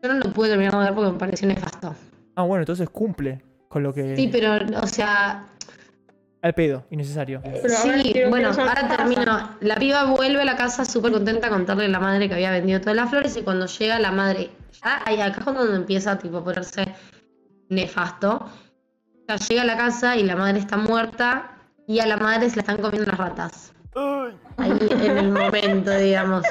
S4: Yo no lo pude terminar de ver porque me pareció nefasto.
S2: Ah, bueno, entonces cumple con lo que...
S4: Sí, pero, o sea,
S2: Al pedo, innecesario.
S3: Pero ahora
S4: sí,
S3: quiero que
S4: bueno,
S3: eso
S4: ahora
S3: pasa.
S4: termino. La piba vuelve a la casa súper contenta a contarle a la madre que había vendido todas las flores y cuando llega la madre, ya ahí acá es cuando empieza tipo, a ponerse nefasto. Ya llega a la casa y la madre está muerta y a la madre se la están comiendo las ratas. Ahí en el momento, digamos.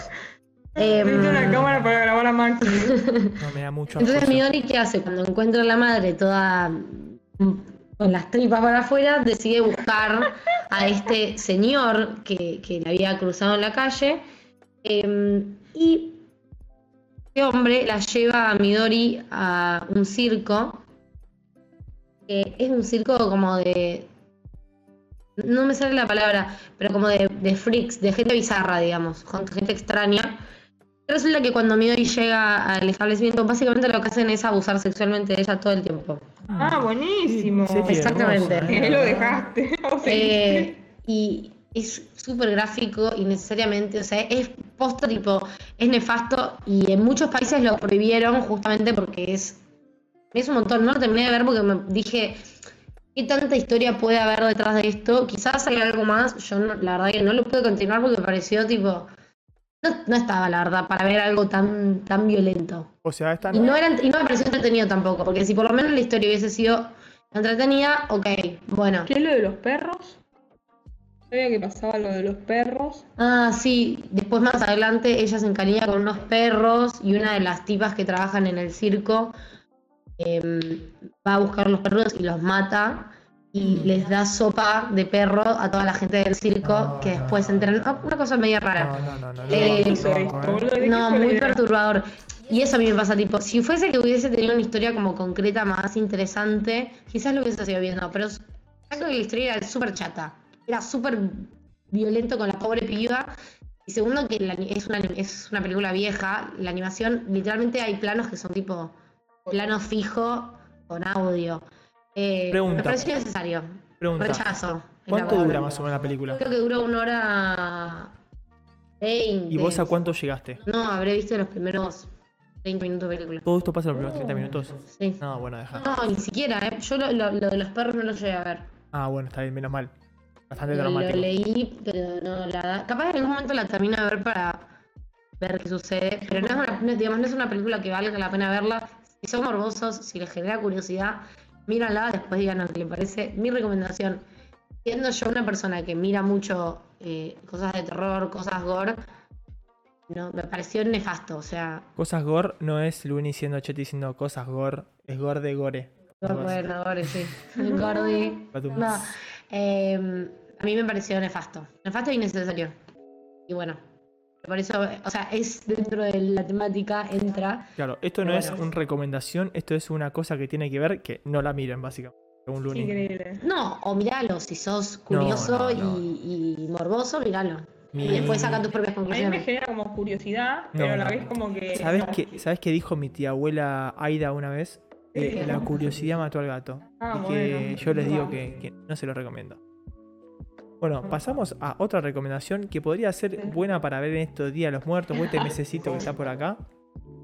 S4: Em,
S3: Necesito una cámara para grabar a Maxi.
S2: No me da mucho
S4: Entonces
S2: asco.
S4: Midori, ¿qué hace? Cuando encuentra a la madre toda mm, con las tripas para afuera, decide buscar a este señor que, que la había cruzado en la calle. eh, y este hombre la lleva a Midori a un circo, que es un circo como de... No me sale la palabra, pero como de, de freaks, de gente bizarra, digamos, con gente extraña. Resulta que cuando Midori llega al establecimiento, básicamente lo que hacen es abusar sexualmente de ella todo el tiempo.
S3: Ah, buenísimo.
S2: Sí, sería
S4: Exactamente.
S2: hermoso,
S3: Ahí
S2: ¿eh?
S3: lo dejaste. O sea,
S4: Eh, y es súper gráfico y necesariamente, o sea, es posta tipo, es nefasto y en muchos países lo prohibieron justamente porque es, es un montón, no lo terminé de ver porque me dije, ¿qué tanta historia puede haber detrás de esto? Quizás hay algo más, yo no- la verdad que no lo pude continuar porque me pareció tipo, no, no estaba la verdad para ver algo tan, tan violento.
S2: O sea, esta
S4: Y no, era, y no me pareció entretenido tampoco, porque si por lo menos la historia hubiese sido entretenida, ok, bueno.
S3: ¿Qué es lo de los perros? Sabía que pasaba lo de los perros.
S4: Ah, sí, después más adelante ella se encariña con unos perros y una de las tipas que trabajan en el circo em, va a buscar los perros y los mata y les da sopa de perro a toda la gente del circo
S2: No,
S4: que
S2: no,
S4: después
S2: no.
S4: entran... ah, una cosa media rara.
S2: No, no, no, no. no,
S4: Eh,
S2: no,
S3: Eso,
S2: no, no,
S3: boludo,
S2: eh.
S3: ¿de qué
S4: No, muy
S3: soledad?
S4: perturbador. Y eso a mí me pasa, tipo, si fuese que hubiese tenido una historia como concreta, más interesante, quizás lo hubiese seguido viendo, pero s- yo creo que la historia era súper chata. Era súper violento con la pobre piba. Y segundo, que la ani- es, una, ani- es una película vieja, la animación, literalmente hay planos que son tipo plano fijo con audio. Eh,
S2: Pregunta.
S4: Me pareció necesario.
S2: Pregunta.
S4: Rechazo. es la
S2: ¿Cuánto
S4: palabra.
S2: dura más o menos la película?
S4: Creo que dura una hora.
S2: ¿Y vos a
S4: 20.
S2: cuánto llegaste?
S4: No, habré visto los primeros 20 minutos de película.
S2: Todo esto pasa en los primeros 30 minutos.
S4: Sí.
S2: No, bueno, deja.
S4: No, ni siquiera, ¿eh? Yo lo, lo- lo de los perros no lo llegué a ver.
S2: Ah, bueno, está bien, menos mal. Bastante
S4: Lo, lo
S2: dramático.
S4: leí, pero no la... Capaz en algún momento la termino de ver para ver qué sucede. Pero no es una, no, digamos, no es una película que valga la pena verla. Si son morbosos, si les genera curiosidad, míranla, después díganos qué les parece. Mi recomendación, siendo yo una persona que mira mucho eh, cosas de terror, cosas gore, no, me pareció nefasto, o sea,
S2: Cosas gore no es Luni diciendo Chetty diciendo cosas gore, es gore de gore. Algo así.
S4: Bueno, ahora sí. Gordi.
S2: Patum.
S4: No. eh, a mí me pareció nefasto. Nefasto e innecesario. Y bueno. Por eso, o sea, es dentro de la temática, entra.
S2: Claro, esto no
S4: Pero
S2: es
S4: bueno.
S2: una recomendación, esto es una cosa que tiene que ver que no la miren, básicamente. Según Luni.
S3: Increíble.
S4: No, o miralo, si sos curioso
S2: no, no.
S4: Y, y morboso, miralo.
S2: Mi-
S4: Y después sacan tus propias
S3: A mí me
S4: conclusiones.
S3: genera como curiosidad, pero a la
S2: no.
S3: vez como que.
S2: ¿Sabes qué, ¿Sabes qué dijo mi tía abuela Aida una vez? Que
S3: Sí.
S2: eh, la curiosidad mató al gato.
S3: Ah,
S2: y que
S3: bueno.
S2: yo les digo
S3: Ah.
S2: que, que no se lo recomiendo. Bueno, pasamos a otra recomendación que podría ser buena para ver en estos días los muertos o
S3: Ah.
S2: este mesecito que está por acá.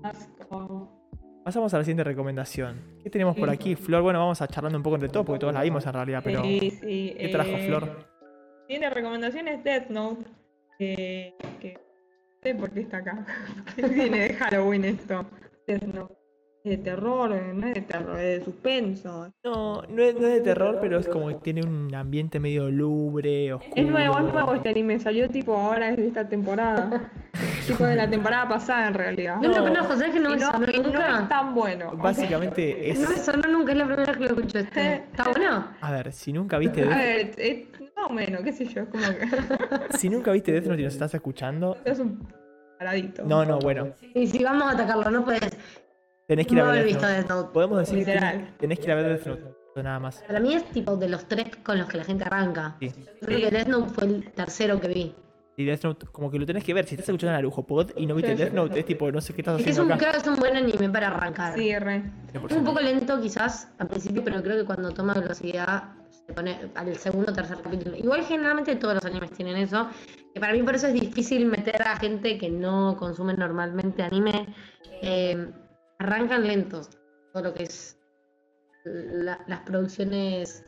S3: Asco.
S2: Pasamos a la siguiente recomendación. ¿Qué tenemos por aquí, Flor? Bueno, vamos a charlando un poco entre todos porque todos la vimos en realidad, pero
S3: Sí, sí,
S2: ¿qué trajo
S3: eh,
S2: Flor?
S3: Tiene recomendaciones Death Note. eh, que no sé por qué está acá. porque viene de Halloween esto. Death Note. De terror, eh, no es de terror, es de suspenso.
S2: No, no es, no es de terror, pero es como que tiene un ambiente medio lubre, oscuro.
S3: Es nuevo, es nuevo este anime. Salió tipo ahora es de esta temporada. tipo de la temporada pasada en realidad.
S4: No lo conozco, ¿sabes que no
S3: Y
S4: me
S3: no,
S4: sonó
S3: y no es
S4: nunca?
S3: tan bueno.
S2: Básicamente
S4: No me
S2: es.
S4: sonó nunca, es la primera vez que lo escucho este. ¿Está bueno?
S2: A ver, si nunca viste
S3: A
S2: Death,
S3: ver, es más o menos, qué sé yo, es como que
S2: si nunca viste Death Note y nos estás escuchando.
S3: es un paradito.
S2: No, no, bueno.
S4: Y si vamos a atacarlo, no puedes
S2: Tenés que ir
S4: no
S2: a ver
S4: haber
S2: Death
S4: visto
S2: Note.
S4: Death Note.
S2: Podemos decir que
S3: Literal.
S2: tenés- tenés que ir a ver Death Note. Nada más.
S4: Para mí es tipo de los tres con los que la gente arranca.
S2: Sí.
S4: Creo que Death Note fue el tercero que vi.
S2: Y Death Note, como que lo tenés que ver. Si estás escuchando a Narujo Pod y no viste
S3: Sí, sí.
S2: Death Note, es tipo, no sé qué estás
S4: Es
S2: haciendo
S4: un,
S2: acá.
S4: creo que es un buen anime para arrancar.
S3: Cierre.
S4: Es un poco lento quizás al principio, pero creo que cuando toma velocidad se pone al segundo o tercer capítulo. Igual generalmente todos los animes tienen eso, que para mí por eso es difícil meter a gente que no consume normalmente anime. Eh, arrancan lentos todo lo que es la- las producciones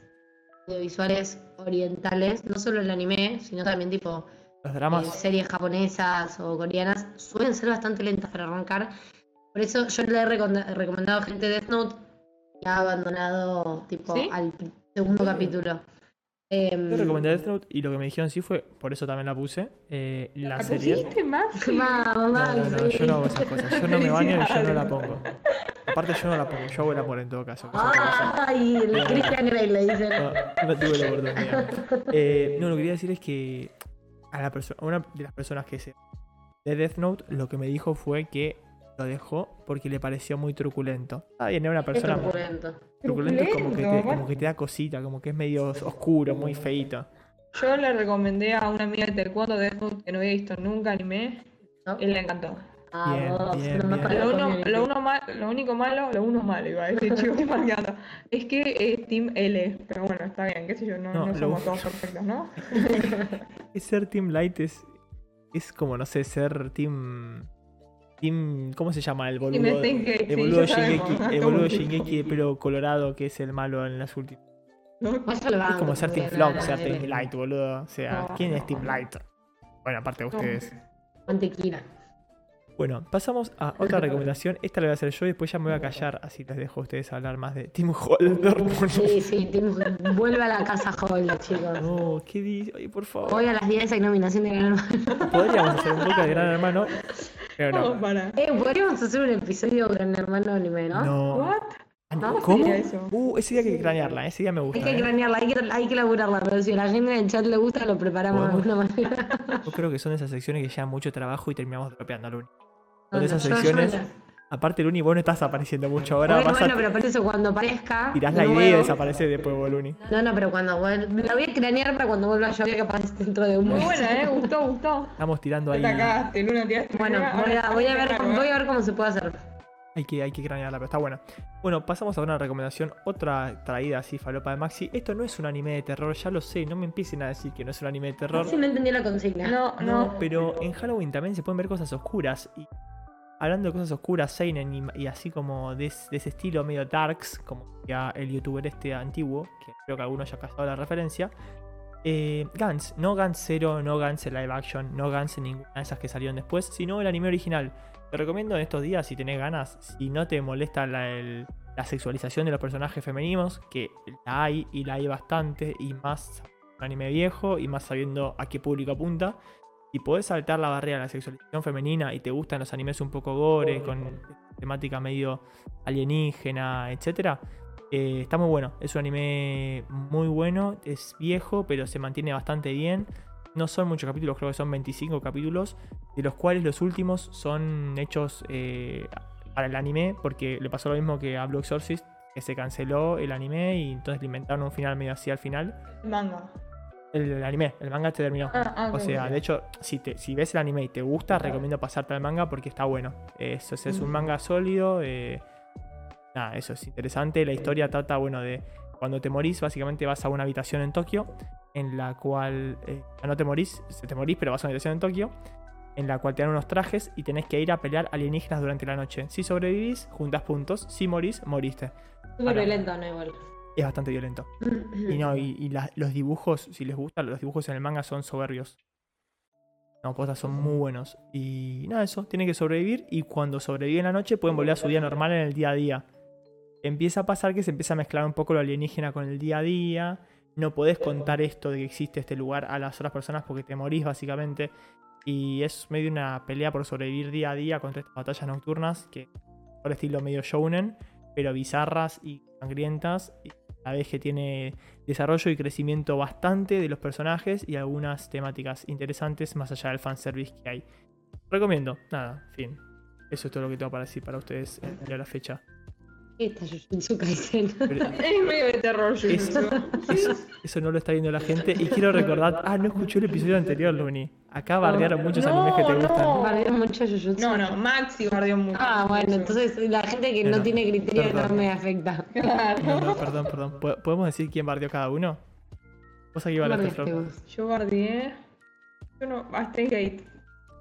S4: audiovisuales orientales, no solo el anime, sino también tipo
S2: Los
S4: eh,
S2: dramas.
S4: series japonesas o coreanas suelen ser bastante lentas para arrancar. Por eso yo le he recom- recomendado a gente Death Note y ha abandonado tipo
S3: ¿Sí?
S4: al pr- segundo capítulo. Em,
S2: Yo recomendé Death Note y lo que me dijeron sí fue, por eso también la puse, eh, la
S3: ¿La
S2: serie.
S3: pusiste más?
S4: Vamos,
S2: No, no,
S4: Maxi.
S2: no, yo no hago esas cosas. Yo no me baño y yo no la pongo. Aparte, yo no la pongo. Yo hago el amor en todo caso. cosa
S4: Ah.
S2: que no sé.
S4: Ay, el Christian Grey le dicen.
S2: No, no Ah, tuve la oportunidad. Eh, no, lo que quería decir es que a, la perso- a una de las personas que se de Death Note lo que me dijo fue que lo dejó porque le pareció muy truculento. Ah, bien, era una
S4: Es
S2: persona
S4: truculento.
S2: truculento, es como que, te,
S3: Truculento,
S2: como que te da cosita, como que es medio oscuro, muy feito.
S3: Yo le recomendé a una amiga de Taekwondo de Deathloop que no había visto nunca anime
S4: ¿no?
S3: y le encantó.
S4: Ah,
S2: Bien,
S4: vos,
S2: bien,
S4: nomás
S2: bien.
S4: para
S3: Lo,
S4: la
S3: uno-
S4: community.
S3: lo uno mal- lo único malo, lo uno malo iba a decir, chico, qué mal que ando. Es que es Team L, pero bueno, está bien, qué sé yo, no,
S2: No,
S3: no,
S2: lo
S3: somos
S2: uno-
S3: todos perfectos, ¿no?
S2: Es ser Team Light es, es como, no sé, ser Team. Team. ¿Cómo se llama el boludo?
S3: Stenkei,
S2: El
S3: sí,
S2: boludo,
S3: ya sabemos,
S2: Shingeki,
S3: ¿no?
S2: el boludo
S3: Como tipo.
S2: Shingeki de pelo colorado que es el malo en las últimas.
S3: No,
S4: Vos ya lo
S2: Es como
S4: banco,
S2: ser Team
S4: porque
S2: Flock,
S4: nada, eh,
S2: ser
S4: nadie
S2: Team
S4: le-
S2: Light, boludo. O sea,
S3: No,
S2: ¿quién
S3: no,
S2: es Team Light? Bueno, aparte de ustedes.
S4: Mantequilla.
S2: Bueno, pasamos a otra recomendación. Esta la voy a hacer yo y después ya me voy a callar, así les dejo a ustedes hablar más de Team Holder.
S4: Sí, sí, Tim- vuelve a la casa Holder, chicos.
S2: No, ¿qué dice? Ay, por favor.
S4: Hoy a las 10 hay nominación de Gran Hermano.
S2: Podríamos hacer un poco de Gran Hermano, pero
S3: vamos
S2: no.
S3: para.
S4: Eh, podríamos hacer un episodio Gran Hermano anime, ¿no?
S2: No.
S3: ¿What?
S2: Ah,
S3: ¿Cómo
S2: ¿Cómo?
S3: sería eso?
S2: Uh, ese día hay que cranearla, ese día me
S4: Hay
S2: gusta.
S4: que
S2: ¿eh?
S4: cranearla, hay que, hay que laburarla, pero si a la gente en el chat le gusta, lo preparamos de alguna manera.
S2: Yo creo que son de esas secciones que llevan mucho trabajo y terminamos dropeando al uni. Son
S4: No,
S2: de esas
S4: no, yo-
S2: secciones.
S4: yo-
S2: Aparte, el uni, vos no estás apareciendo mucho ahora.
S4: Bueno,
S2: vas a-
S4: bueno, pero por eso cuando aparezca.
S2: tirás
S4: de
S2: la idea y
S4: nuevo-
S2: desaparece después, Boluni.
S4: No, no, pero cuando vuel- Me la voy a cranear para cuando vuelva yo, que capaz dentro de un
S3: Muy
S4: mes.
S3: buena, ¿eh? Gustó, gustó.
S2: Estamos tirando ahí.
S3: Atacaste, Luna, tiraste.
S4: Bueno,
S3: primera,
S4: voy a,
S3: ahora
S4: voy a ver,
S3: claro,
S4: cómo-
S3: ¿eh?
S4: voy a ver cómo se puede hacer.
S2: Hay que, hay que cranearla, pero está buena. Bueno, pasamos a una recomendación, otra traída así, falopa de Maxi. Esto no es un anime de terror, ya lo sé, no me empiecen a decir que no es un anime de terror.
S4: Si no entendí la consigna.
S3: No,
S2: No,
S3: no.
S2: pero en Halloween también se pueden ver cosas oscuras. Y hablando de cosas oscuras, Seinen y, y así como de, es- de ese estilo medio darks, como ya el youtuber este antiguo, que creo que alguno ya ha cazado la referencia. Eh, Gans, no Gans 0, no Gans en live action, no Gans en ninguna de esas que salieron después, sino el anime original. Te recomiendo en estos días, si tenés ganas, si no te molesta la, el- la sexualización de los personajes femeninos, que la hay y la hay bastante, y más un anime viejo y más sabiendo a qué público apunta. Si podés saltar la barrera de la sexualización femenina y te gustan los animes un poco gore, con temática medio alienígena, etc., está muy bueno. Es un anime muy bueno, es viejo, pero se mantiene bastante bien. No son muchos capítulos, creo que son 25 capítulos, de los cuales los últimos son hechos eh, para el anime, porque le pasó lo mismo que a Blue Exorcist, que se canceló el anime y entonces le inventaron un final medio así al final.
S3: Manga.
S2: El, el anime, el manga te terminó.
S3: Ah, ah,
S2: o
S3: ok,
S2: sea,
S3: ok.
S2: de hecho, si, te, si ves el anime y te gusta, recomiendo pasarte al manga porque está bueno. Eso es,
S3: Mm.
S2: es un manga sólido. eh, nada, eso es interesante. La historia trata, bueno, de cuando te morís, básicamente vas a una habitación en Tokio, en la cual eh, no te morís, se te morís, pero vas a una habitación en Tokio, en la cual te dan unos trajes y tenés que ir a pelear alienígenas durante la noche. Si sobrevivís, juntás puntos. Si morís, moriste.
S4: Súper violento, no igual.
S2: Es bastante violento. Y no, y, y las- los dibujos, si les gustan, los dibujos en el manga son soberbios. No, postas son muy buenos. Y nada, eso, tienen que sobrevivir y cuando sobreviven la noche pueden volver a su día normal en el día a día. Empieza a pasar que se empieza a mezclar un poco lo alienígena con el día a día. No podés contar esto de que existe este lugar a las otras personas porque te morís básicamente. Y es medio una pelea por sobrevivir día a día contra estas batallas nocturnas que por estilo medio shounen, pero bizarras y sangrientas. Y a la vez que tiene desarrollo y crecimiento bastante de los personajes y algunas temáticas interesantes más allá del fanservice que hay. Recomiendo, nada, fin. Eso es todo lo que tengo para decir para ustedes eh, de la fecha.
S4: Esta Jujutsu Kaisen.
S2: Pero-
S3: Es medio de terror, yo
S2: Es- Eso, eso no lo está viendo la gente. Y quiero recordar. Ah, no escuchó el episodio anterior, Luni. Acá bardearon muchos
S3: No,
S2: animes que te
S3: no.
S2: gustan.
S4: Bardeó mucho Jujutsu.
S3: No, no, Maxi bardeó mucho.
S4: Ah, bueno, entonces la gente que
S2: Bueno,
S4: no tiene criterio no
S2: perdón.
S4: me afecta.
S2: No,
S3: Claro.
S2: no, perdón, perdón. ¿Po- ¿Podemos decir quién bardeó cada uno? Vos aquí bardeaste,
S4: Bardeaste
S2: Flor.
S4: vos.
S3: Yo bardeé. Yo no, ah, a Steins Gate.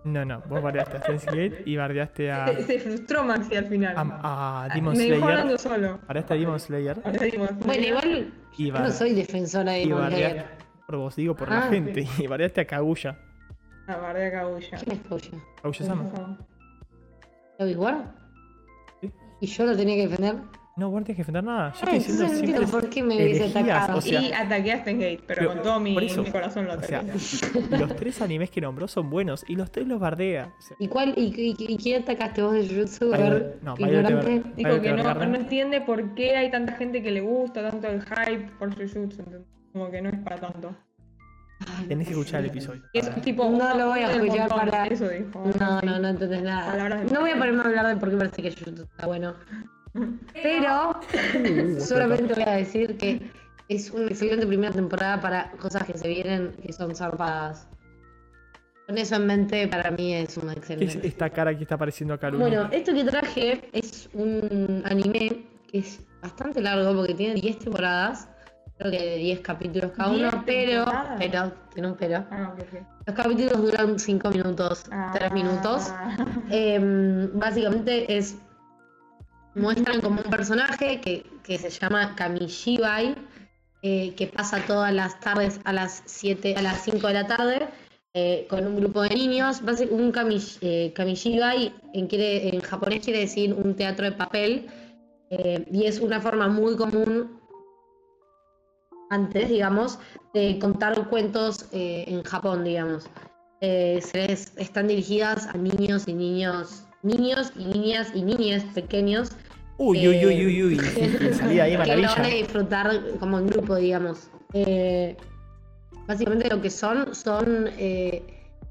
S2: No, no. Vos bardeaste a Sense Gate y bardeaste a,
S3: Se, se frustró Maxi al final.
S2: a, a
S3: Ah,
S2: Ah. Demon
S3: Me dejó hablando
S2: Slayer.
S3: solo.
S2: Bardeaste a Demon Slayer.
S3: Ahora dimos-
S4: Bueno, igual
S2: Y,
S4: yo no
S2: bar-
S4: soy defensora de
S2: y
S4: Demon
S2: bardeaste
S4: Slayer.
S2: por vos, digo por la
S4: Ah,
S2: gente. Y bardeaste a Kaguya.
S3: Ah, bardea a Kaguya.
S4: ¿Quién es tuyo?
S2: Kaguya-sama.
S4: ¿Lo igual?
S2: Sí.
S4: ¿Y yo lo tenía que defender?
S2: No, vos no tenés que defender nada. Yo estoy
S4: Ay, no
S2: diciendo
S4: entiendo
S2: simples
S4: por qué me hubiese
S2: herejías,
S4: atacado.
S2: o sea-
S3: y ataqué a Steins Gate, pero,
S2: Pero,
S3: con todo mi,
S2: por eso,
S3: mi corazón lo
S2: O
S3: ataqué.
S2: sea, los tres animes que nombró son buenos y los tres los bardea. O sea,
S4: ¿Y cuál? ¿Y, y, y- y quién atacaste vos de Jujutsu? A
S2: Violet-
S4: ver,
S2: no, Violet
S4: ignorante.
S2: Ever-
S3: Dijo
S2: Violet
S3: que no,
S2: Evergarden.
S3: no entiende por qué hay tanta gente que le gusta tanto el hype por Jujutsu. ¿entendés? Como que no es para tanto.
S2: Tenés que escuchar el episodio.
S3: Es tipo.
S4: No lo voy a
S3: del
S4: escuchar
S3: montón,
S4: para-
S3: Eso dijo.
S4: No, no, no entendés nada.
S3: Palabras de-
S4: No voy a ponerme a hablar de por qué me parece que Jujutsu está bueno. Pero solamente voy a decir que es una excelente primera temporada para cosas que se vienen que son zarpadas. Con eso en mente, para mí es una
S2: ¿Qué es
S4: excelente.
S2: esta cara que está apareciendo acá, Luni?
S4: Bueno, esto que traje es un anime que es bastante largo porque tiene 10 temporadas. Creo que de 10 capítulos cada uno,
S3: 10
S4: pero,
S3: temporadas.
S4: pero, tiene un pero.
S3: Ah, ok, ok.
S4: Los capítulos duran 5 minutos, 3
S3: Ah.
S4: minutos. Em, básicamente es. Muestran como un personaje que, que se llama Kamishibai, eh, que pasa todas las tardes a las 7, a las 5 de la tarde, eh, con un grupo de niños. Basi- Un kamish, eh, Kamishibai en, quiere- en japonés quiere decir un teatro de papel, eh, y es una forma muy común antes, digamos, de contar cuentos eh, en Japón, digamos eh, se les- están dirigidas a niños y niños, niños y niñas y niñas pequeños
S2: Uy, uy, uy, uy, uy. Le salía ahí
S4: eh, que lo van a
S2: maravilla.
S4: disfrutar como en grupo, digamos. Eh, básicamente lo que son son eh,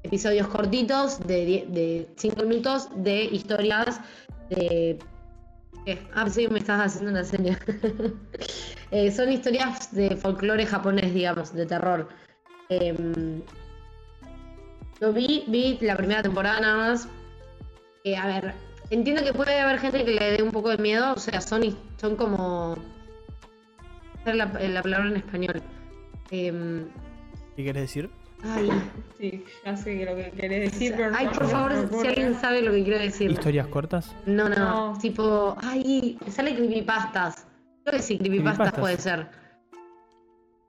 S4: episodios cortitos de die- de 5 minutos de historias de... ¿qué? Ah, sí, me estás haciendo una seña. Eh, son historias de folclore japonés, digamos, de terror. Em, lo vi, vi la primera temporada nada más. Eh, a ver, entiendo que puede haber gente que le dé un poco de miedo, o sea, son, his- son como... hacer La, eh, la palabra en español. Em,
S2: ¿Qué querés decir?
S4: ay,
S3: Sí, ya sé lo que querés decir, pero no-
S4: ay, por
S3: no
S4: favor,
S3: me ocurre.
S4: si alguien sabe lo que quiero decir.
S2: ¿Historias cortas?
S4: No, no,
S3: No.
S4: tipo, ay, sale creepypastas. Creo que sí, creepypastas
S2: Creepypastas.
S4: puede ser.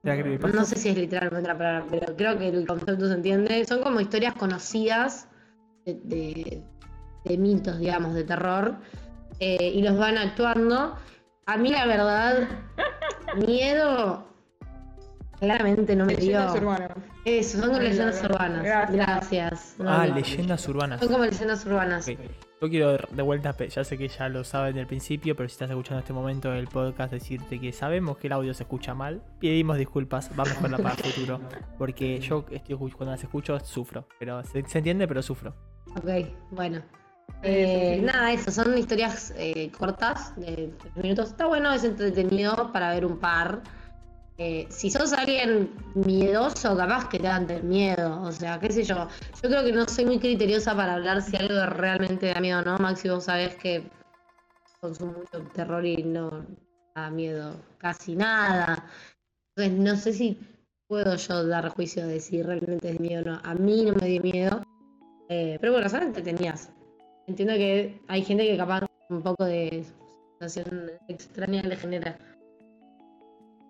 S2: ¿Te la creepypasta?
S4: No sé si es literalmente la palabra, pero creo que el concepto se entiende. Son como historias conocidas de, de- de mitos, digamos, de terror. eh, y los van actuando. A mí, la verdad, miedo claramente no me
S3: Leyendas
S4: dio.
S3: urbanas.
S4: Eso, son como
S3: Ay,
S4: leyendas
S3: la-
S4: urbanas.
S3: gracias.
S4: Gracias. No,
S2: Ah,
S4: no.
S2: leyendas urbanas.
S4: Son como leyendas urbanas.
S2: Ok. Yo quiero de vuelta, pe- ya sé que ya lo saben del principio, pero si estás escuchando este momento del podcast, decirte que sabemos que el audio se escucha mal, pedimos disculpas, vamos a mejorarla para el futuro, porque yo estoy, escu- cuando las escucho sufro, pero se, se entiende, pero sufro.
S4: Ok, bueno. Eh, nada, eso, son historias eh, cortas de tres minutos. Está bueno, es entretenido para ver un par. Eh, si sos alguien miedoso, capaz que te dan del miedo. O sea, qué sé yo. Yo creo que no soy muy criteriosa para hablar si algo realmente da miedo, ¿no? Maxi, vos sabés que consumo mucho terror y no da miedo casi nada. Entonces, no sé si puedo yo dar juicio de si realmente es miedo o no. A mí no me dio miedo. Eh, pero bueno, son entretenidas. Entiendo que hay gente que capaz un poco de situación extraña le genera.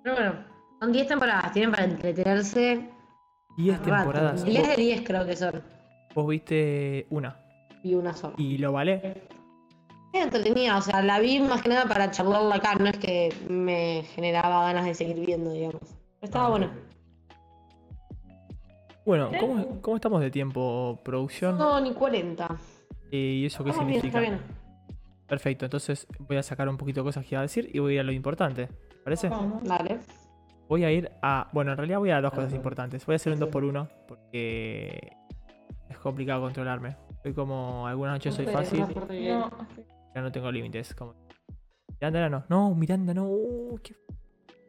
S4: Pero bueno, son 10 temporadas, tienen para entretenerse.
S2: 10
S4: rato.
S2: temporadas.
S4: Diez
S2: Vos,
S4: de 10 creo que son.
S2: vos viste una.
S4: Y una sola.
S2: ¿Y lo vale?
S4: Es entretenida, o sea, la vi más que nada para charlarla acá, no es que me generaba ganas de seguir viendo, digamos. Pero estaba bueno.
S2: Bueno, ¿cómo, cómo estamos de tiempo, producción? Eh,
S4: No, ni 40.
S2: ¿Y eso qué
S4: Estamos bien,
S2: significa?
S4: está bien.
S2: Perfecto, entonces voy a sacar un poquito de cosas que iba a decir y voy a ir a lo importante. ¿Te parece?
S3: Vamos.
S4: Dale.
S2: Voy a ir a. Bueno, en realidad voy
S3: Ah,
S2: a dos cosas importantes. Voy a hacer un 2x1 porque es complicado controlarme. Soy como. Algunas noches soy fácil,
S3: No,
S2: ya no tengo límites. Como... Miranda era no. No, Miranda no. Uh, qué-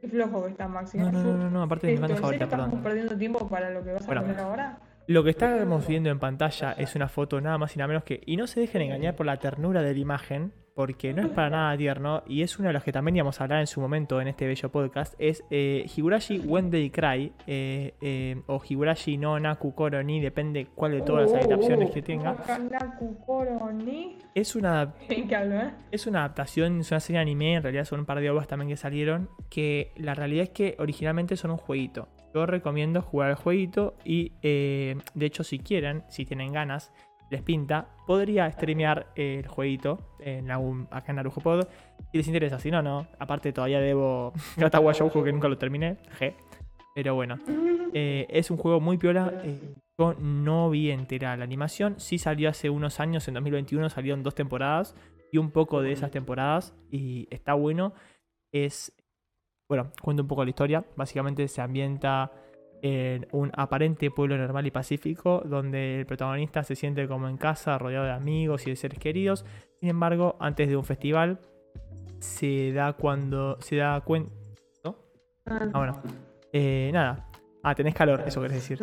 S3: qué flojo que está Maxi.
S2: No, no, no, no, no, aparte de mi
S3: Esto,
S2: banda
S3: ¿en serio
S2: favorita,
S3: estamos
S2: perdón.
S3: perdiendo tiempo para lo que vas a
S2: Bueno.
S3: poner ahora?
S2: Lo que estamos viendo en pantalla es una foto nada más y nada menos que. Y no se dejen engañar por la ternura de la imagen, porque no es para nada tierno. Y es uno de los que también íbamos a hablar en su momento en este bello podcast. Es eh, Higurashi When They Cry, eh, eh, o Higurashi no Naku Koro ni, depende cuál de todas las adaptaciones que tenga.
S3: Wakanda Kukoro ni-
S2: Es una,
S3: ¿En qué hablo, eh?
S2: es una adaptación, es una serie de anime, en realidad son un par de obras también que salieron, que la realidad es que originalmente son un jueguito. Yo recomiendo jugar al jueguito y eh, de hecho si quieren, si tienen ganas, les pinta, podría streamear el jueguito en algún, acá en Narujo Pod, si les interesa, si no, no. Aparte todavía debo Gatawa Shoujo que nunca lo terminé, je. Pero bueno, eh, es un juego muy piola. eh, yo no vi entera la animación. Sí salió hace unos años, en 2021 salieron dos temporadas y un poco de esas temporadas y está bueno. Es, bueno, cuento un poco la historia. Básicamente se ambienta en un aparente pueblo normal y pacífico donde el protagonista se siente como en casa, rodeado de amigos y de seres queridos. Sin embargo, antes de un festival se da cuando se da cuenta. Ah, bueno. Eh, nada. Ah, tenés calor, eso querés decir.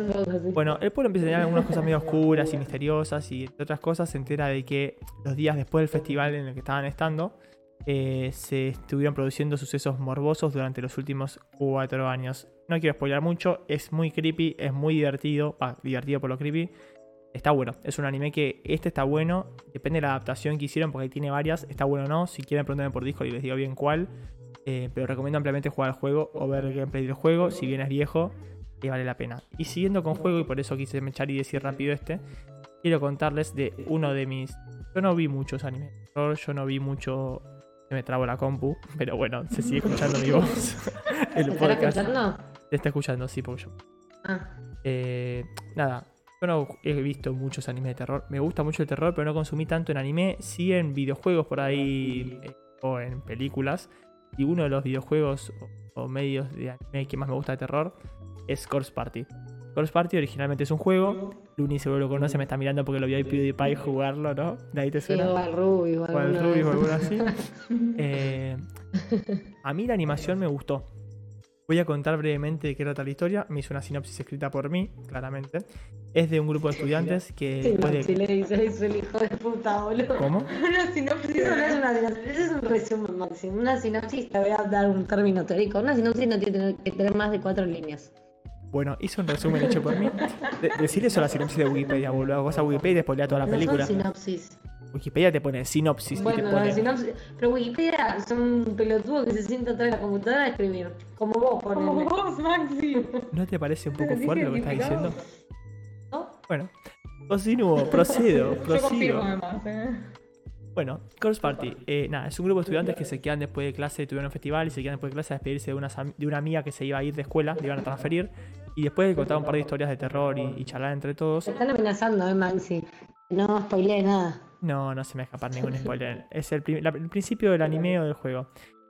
S2: Bueno, el pueblo empieza a tener algunas cosas medio oscuras y misteriosas y entre otras cosas se entera de que los días después del festival en el que estaban estando eh, se estuvieron produciendo sucesos morbosos durante los últimos cuatro años. No quiero spoiler mucho, es muy creepy, es muy divertido, ah, divertido por lo creepy. Está bueno, es un anime que este está bueno, depende de la adaptación que hicieron porque ahí tiene varias, está bueno o no, si quieren preguntarme por Discord y les digo bien cuál, Eh, pero recomiendo ampliamente jugar al juego o ver el gameplay del juego, si bien es viejo, que vale la pena. Y siguiendo con juego, y por eso quise mechar y decir rápido este, quiero contarles de uno de mis. Yo no vi muchos animes de terror, yo no vi mucho. Se me trabó la compu, pero bueno, se sigue escuchando mi voz.
S4: ¿Te
S2: El
S4: estará
S2: podcast.
S4: escuchando?
S2: Se está escuchando, sí, porque yo.
S4: Ah,
S2: Eh, nada, yo no he visto muchos animes de terror. Me gusta mucho el terror, pero no consumí tanto en anime, sí en videojuegos por ahí eh, o en películas. Y uno de los videojuegos o, o medios de anime que más me gusta de terror es Corpse Party. Corpse Party originalmente es un juego. Luni seguro lo conoce, me está mirando porque lo vio a PewDiePie jugarlo, ¿no? De ahí te
S4: sí,
S2: suena.
S4: o al Ruby, o
S2: O al
S4: alguno
S2: Rubius o
S4: de
S2: alguno
S4: esos.
S2: así. Eh, a mí la animación me gustó. Voy a contar brevemente de qué trata la historia. Me hizo una sinopsis escrita por mí, claramente. Es de un grupo de estudiantes que
S4: Sí, no,
S2: después
S4: si
S2: de...
S4: le dice eso el hijo de puta, boludo.
S2: ¿Cómo?
S3: Una sinopsis
S4: Eso no
S3: de-
S4: es una sinopsis, eso es un resumen, máximo. Una sinopsis, te voy a dar un término teórico. Una sinopsis no tiene que tener- que tener más de cuatro líneas.
S2: Bueno, hice un resumen hecho por mí. De- decir eso a la sinopsis de Wikipedia, boludo. Vas a Wikipedia y spoilea toda la
S4: No
S2: película.
S4: son sinopsis.
S2: Wikipedia te pone sinopsis y te
S4: bueno,
S2: pone...
S4: las sinopsis. Pero Wikipedia son un pelotudo que se sienta atrás de la computadora a escribir. Como vos,
S3: Como
S4: ponele.
S3: vos, Maxi.
S2: ¿No te parece un poco
S3: Dije
S2: fuerte lo que estás
S3: identificado.
S2: diciendo?
S4: ¿no?
S2: Bueno, continúo, procedo,
S3: Yo
S2: prosigo.
S3: confirmo además, eh.
S2: Bueno, Course Party. eh, nada, es un grupo de estudiantes que se quedan después de clase, tuvieron un festival y se quedan después de clase a despedirse de una, de una amiga que se iba a ir de escuela, le iban a transferir. Y después de contar un par de historias de terror y, y charlar entre todos.
S4: Te están amenazando, eh, Maxi. No spoileé nada.
S2: No, no se me va a escapar ningún spoiler. Es el, prim- la- el principio del anime o del juego.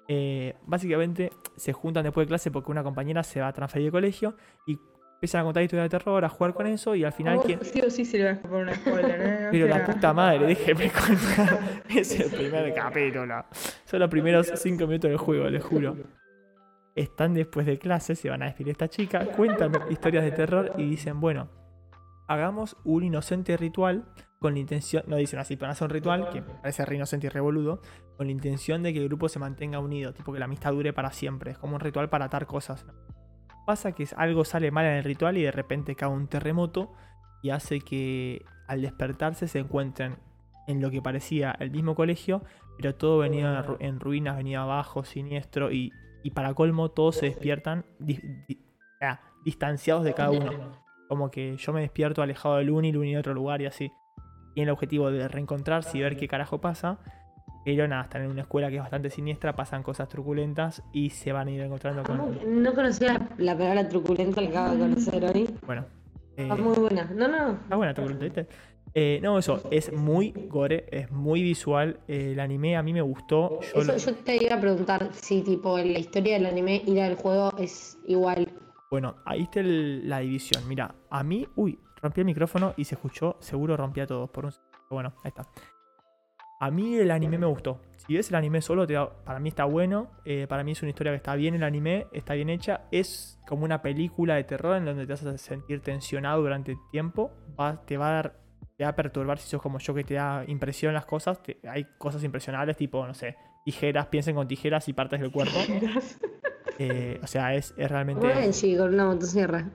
S2: Eh, básicamente se juntan después de clase porque una compañera se va a transferir de colegio y empiezan a contar historias de terror, a jugar con eso y al final...
S3: A vos
S2: ¿quién-
S3: Sí o sí se le va a escapar un spoiler, eh. O
S2: Pero la
S3: sea,
S2: puta madre, déjeme contar. Es el primer capítulo. Son los primeros 5 minutos del juego, les juro. Están después de clase, se van a despedir de esta chica, cuentan historias de terror y dicen, bueno, hagamos un inocente ritual con la intención, no dicen así, pero hacen un ritual que parece re inocente y revoludo, con la intención de que el grupo se mantenga unido, tipo que la amistad dure para siempre, es como un ritual para atar cosas. ¿no? Pasa que algo sale mal en el ritual y de repente cae un terremoto y hace que al despertarse se encuentren en lo que parecía el mismo colegio, pero todo venía en ru- en ruinas, venía abajo, siniestro, y, y para colmo todos se despiertan di- di- ah, distanciados de cada uno. Como que yo me despierto alejado del uno y Luni en otro lugar y así. Tiene el objetivo de reencontrarse y ver qué carajo pasa. Pero nada, están en una escuela que es bastante siniestra, pasan cosas truculentas y se van a ir encontrando
S4: ¿Cómo
S2: con...
S4: que No conocía la palabra truculenta, la acabo de conocer hoy.
S2: Bueno, Eh,
S4: Está muy buena. No, no.
S2: Está buena, te acuerdas, ¿viste? Eh, no, eso, es muy gore, es muy visual. eh, el anime a mí me gustó. Yo
S4: Eso,
S2: lo-
S4: yo te iba a preguntar si, tipo, en la historia del anime y la del juego es igual.
S2: Bueno, ahí está el- la división. Mira, a mí, uy, rompí el micrófono y se escuchó, seguro rompí a todos por un segundo. Bueno, ahí está. A mí el anime me gustó. Si ves el anime solo, te da- para mí está bueno. eh, para mí es una historia que está bien el anime, está bien hecha. Es como una película de terror en donde te vas a sentir tensionado durante tiempo. Va- te va a dar, te va a perturbar si sos como yo que te da impresión las cosas. te- hay cosas impresionables, tipo, no sé, tijeras, piensen con tijeras y partes del cuerpo. Eh, o sea, es, es realmente.
S4: Bueno, chicos, una motosierra.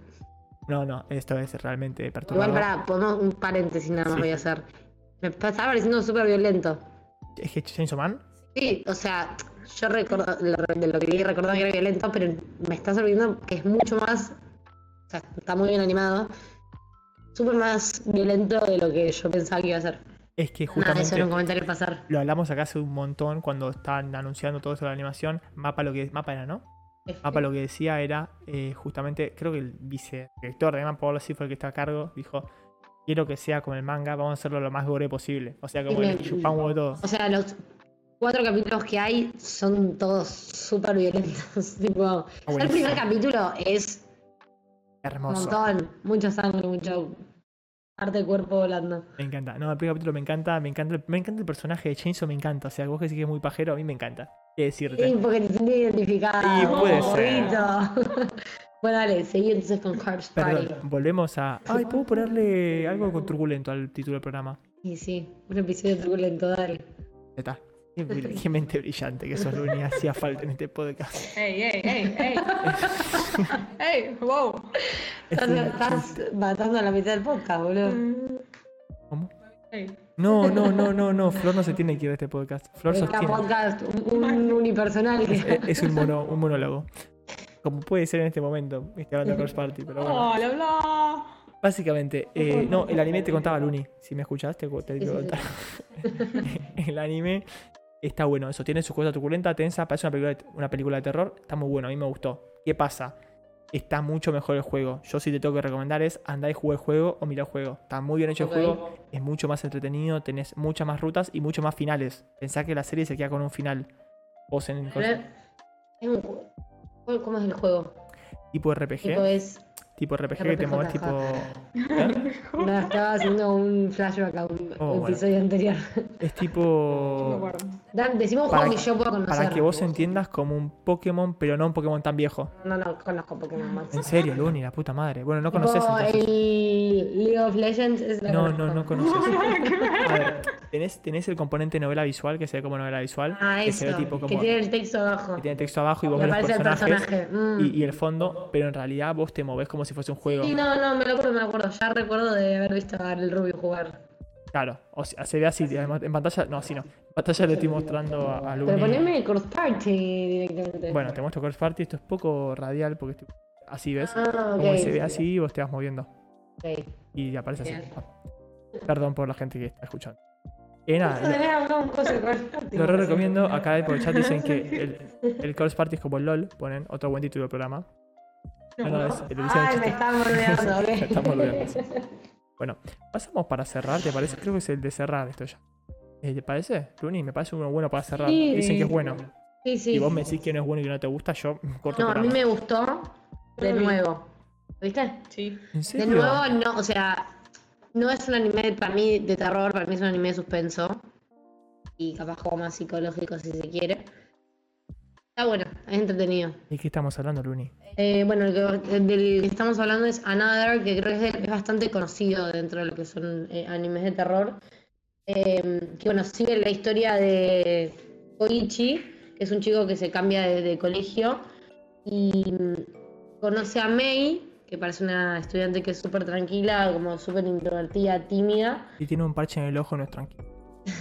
S2: No, no, esto es realmente perturbador.
S4: Igual, para, podemos un paréntesis nada más
S2: Sí.
S4: voy a hacer. Me estaba pareciendo súper violento.
S2: ¿Es que Chainsaw Man?
S4: Sí, o sea, yo recuerdo, lo- de lo que vi recordaba que era violento, pero me está sorprendiendo que es mucho más, o sea, está muy bien animado, súper más violento de lo que yo pensaba que iba a ser.
S2: Es que
S4: Nada, eso
S2: justamente
S4: era un comentario al pasar.
S2: lo hablamos acá hace un montón cuando estaban anunciando todo eso de la animación. Mapa lo que Mapa era, ¿no? Mapa lo que decía era eh, justamente, creo que el vicedirector de Mapa, o algo así fue el que está a cargo, dijo, quiero que sea como el manga, vamos a hacerlo lo más gore posible. O sea, como
S4: Sí,
S2: le
S4: me-
S2: chupamos de todo.
S4: O sea, los cuatro capítulos que hay son todos súper violentos. tipo, ya el
S2: Ah, buenísimo.
S4: primer capítulo es un
S2: Hermoso.
S4: montón, mucha sangre, mucho parte de cuerpo volando.
S2: Me encanta. No, el primer capítulo me encanta, me encanta, el- me encanta el personaje de Chainsaw, me encanta. O sea, vos que decís que es muy pajero, a mí me encanta. ¿Qué decirte?
S4: Sí, porque te sientes identificada.
S2: Y puede
S4: como
S2: ser.
S4: gorrito. bueno, dale, seguí entonces con Carbs Party.
S2: Perdón, volvemos a. Ay, ¿puedo ponerle algo con turbulento al título del programa?
S4: Y sí, un episodio turbulento, dale.
S2: Ya está. Qué, bril- qué mente brillante que sos, Luni. Hacía falta en este podcast.
S3: ¡Ey, ey, ey, ey! ¡Ey, wow!
S2: Este-
S4: Estás, estás matando a la mitad del podcast,
S3: Mm.
S4: boludo.
S2: ¿Cómo?
S3: Ey.
S2: No, no, no, no, no. Flor no se tiene que ir de este podcast. Flor
S4: Está
S2: sostiene.
S4: podcast, un, un unipersonal
S2: Es,
S4: que ¿Eh?
S2: es un, mono, un monólogo. Como puede ser en este momento. Estoy hablando de Crush Party, pero bueno.
S3: ¡Oh, bla, bla!
S2: Básicamente, eh, no, el anime te contaba, Luni. Si me escuchaste, te
S4: Sí,
S2: digo
S4: sí,
S2: El anime está bueno. Eso tiene sus cosas turbulenta, tensa. Parece una película, de, una película de terror. Está muy bueno. A mí me gustó. ¿Qué pasa? Está mucho mejor el juego. Yo sí te tengo que recomendar es andar y jugar el juego o mirar el juego. Está muy bien hecho
S4: Ok.
S2: el juego. Es mucho más entretenido. Tenés muchas más rutas y muchos más finales. Pensá que la serie se queda con un final. Vos en con-
S4: Es un ju- ¿Cómo es el juego?
S2: tipo RPG.
S4: Tipo es.
S2: Tipo RPG que te
S4: RPG,
S2: mueves tipo. ¿Eh?
S4: No, estaba haciendo un flashback a un
S2: Oh, bueno.
S4: episodio anterior.
S2: Es
S3: No me
S2: tipo.
S3: acuerdo.
S4: Dan, decimos un
S2: Para
S4: juego que
S2: que-
S4: yo puedo conocer.
S2: Para que vos entiendas como un Pokémon, pero no un Pokémon tan viejo.
S4: No, no, conozco Pokémon Max.
S2: En serio, Luni, la puta madre. Bueno, no conoces
S4: Tipo,
S2: entonces.
S4: el League of Legends es la
S2: No,
S4: conozco.
S2: no, no conoces. A ver, tenés, tenés el componente novela visual que se ve como novela visual.
S4: Ah,
S2: que
S4: eso,
S2: se ve tipo
S4: que
S2: como.
S4: tiene el texto abajo.
S2: que tiene texto abajo y vos
S4: Y
S2: ves los
S4: aparece el
S2: personajes.
S4: personaje. mm.
S2: Y, y el fondo, pero en realidad vos te movés como si fuese un juego.
S4: Sí, no, no, me lo acuerdo, me lo acuerdo. Ya recuerdo de haber visto al Rubio jugar.
S2: Claro, o sea, se ve así. además, En pantalla, no, así no. En pantalla le estoy mostrando a, a
S4: Pero
S2: Luni.
S4: poneme Cross Party directamente.
S2: Bueno, te muestro Curse Party. Esto es poco radial porque estoy- así ves.
S4: Ah, ok.
S2: Como se ve así, Ah, vos te vas moviendo.
S4: ok.
S2: Y aparece así.
S4: Bien.
S2: Perdón por la gente que está escuchando. Eh, nada, lo-
S4: un coso de Crush Party.
S2: Lo re recomiendo. Acá por el chat dicen que el, el Call Party es como el LOL. Ponen otro buen título del programa. No, no, es, lo hice de
S4: Ay, me
S2: chiste.
S4: están moldeando, ok.
S2: Estamos olvidando eso. Bueno, pasamos para cerrar, ¿te parece? Creo que es el de cerrar esto ya. Eh, ¿Te parece? Luni, me parece uno bueno para cerrar.
S4: Sí.
S2: Dicen que es bueno.
S4: Sí,
S2: Y
S4: sí.
S2: vos me decís que no es bueno y que no te gusta, yo corto
S4: No,
S2: el
S4: a mí
S2: programa.
S4: me gustó de nuevo. ¿Viste?
S3: Sí.
S2: ¿En
S4: De
S2: serio?
S4: nuevo, no, o sea, no es un anime para mí de terror, para mí es un anime de suspenso. Y capaz como más psicológico si se quiere. Está bueno, es entretenido.
S2: ¿De qué estamos hablando, Luni?
S4: Eh, bueno, el que- del que estamos hablando es Another, que creo que es, de- es bastante conocido dentro de lo que son eh, animes de terror. Eh, que bueno, sigue la historia de Koichi, que es un chico que se cambia de, de colegio y mm, conoce a Mei, que parece una estudiante que es súper tranquila, como súper introvertida, tímida.
S2: Si tiene un parche en el ojo, no es tranquilo.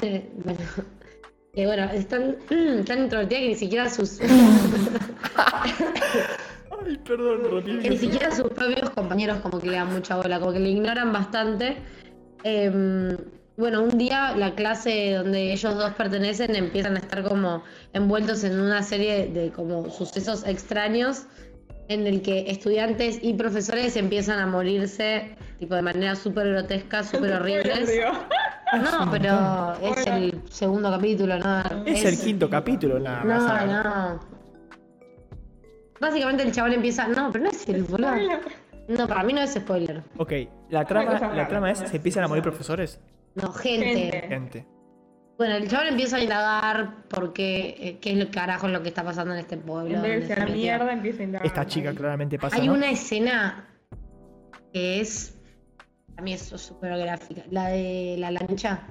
S4: bueno, que bueno, es tan, tan introvertida que ni siquiera sus
S2: Ay, perdón,
S4: que ni siquiera sus propios compañeros como que le dan mucha bola, como que le ignoran bastante. Eh, bueno, un día la clase donde ellos dos pertenecen empiezan a estar como envueltos en una serie de como sucesos extraños en el que estudiantes y profesores empiezan a morirse tipo de manera súper grotesca, súper horribles. No, pero es el segundo capítulo, ¿no?
S2: Es el quinto capítulo, nada más.
S4: No, no. Básicamente el chabón empieza. No, pero no es el boludo. No, para mí no es spoiler.
S2: Ok, la
S3: cosa
S2: trama, la
S3: rara,
S2: trama es,
S3: ¿no?
S2: ¿se empiezan a morir profesores?
S4: No, gente.
S3: Gente.
S2: Gente.
S4: Bueno, el chabón empieza a indagar por qué, eh, qué es lo carajo lo que está pasando en este pueblo.
S3: En vez de
S4: donde
S3: ser
S4: se
S3: la
S4: metió.
S3: mierda, empieza a indagar.
S2: Esta chica claramente pasa,
S4: Hay
S2: ¿no?
S4: una escena que es. A mí es súper gráfica. La de la lancha.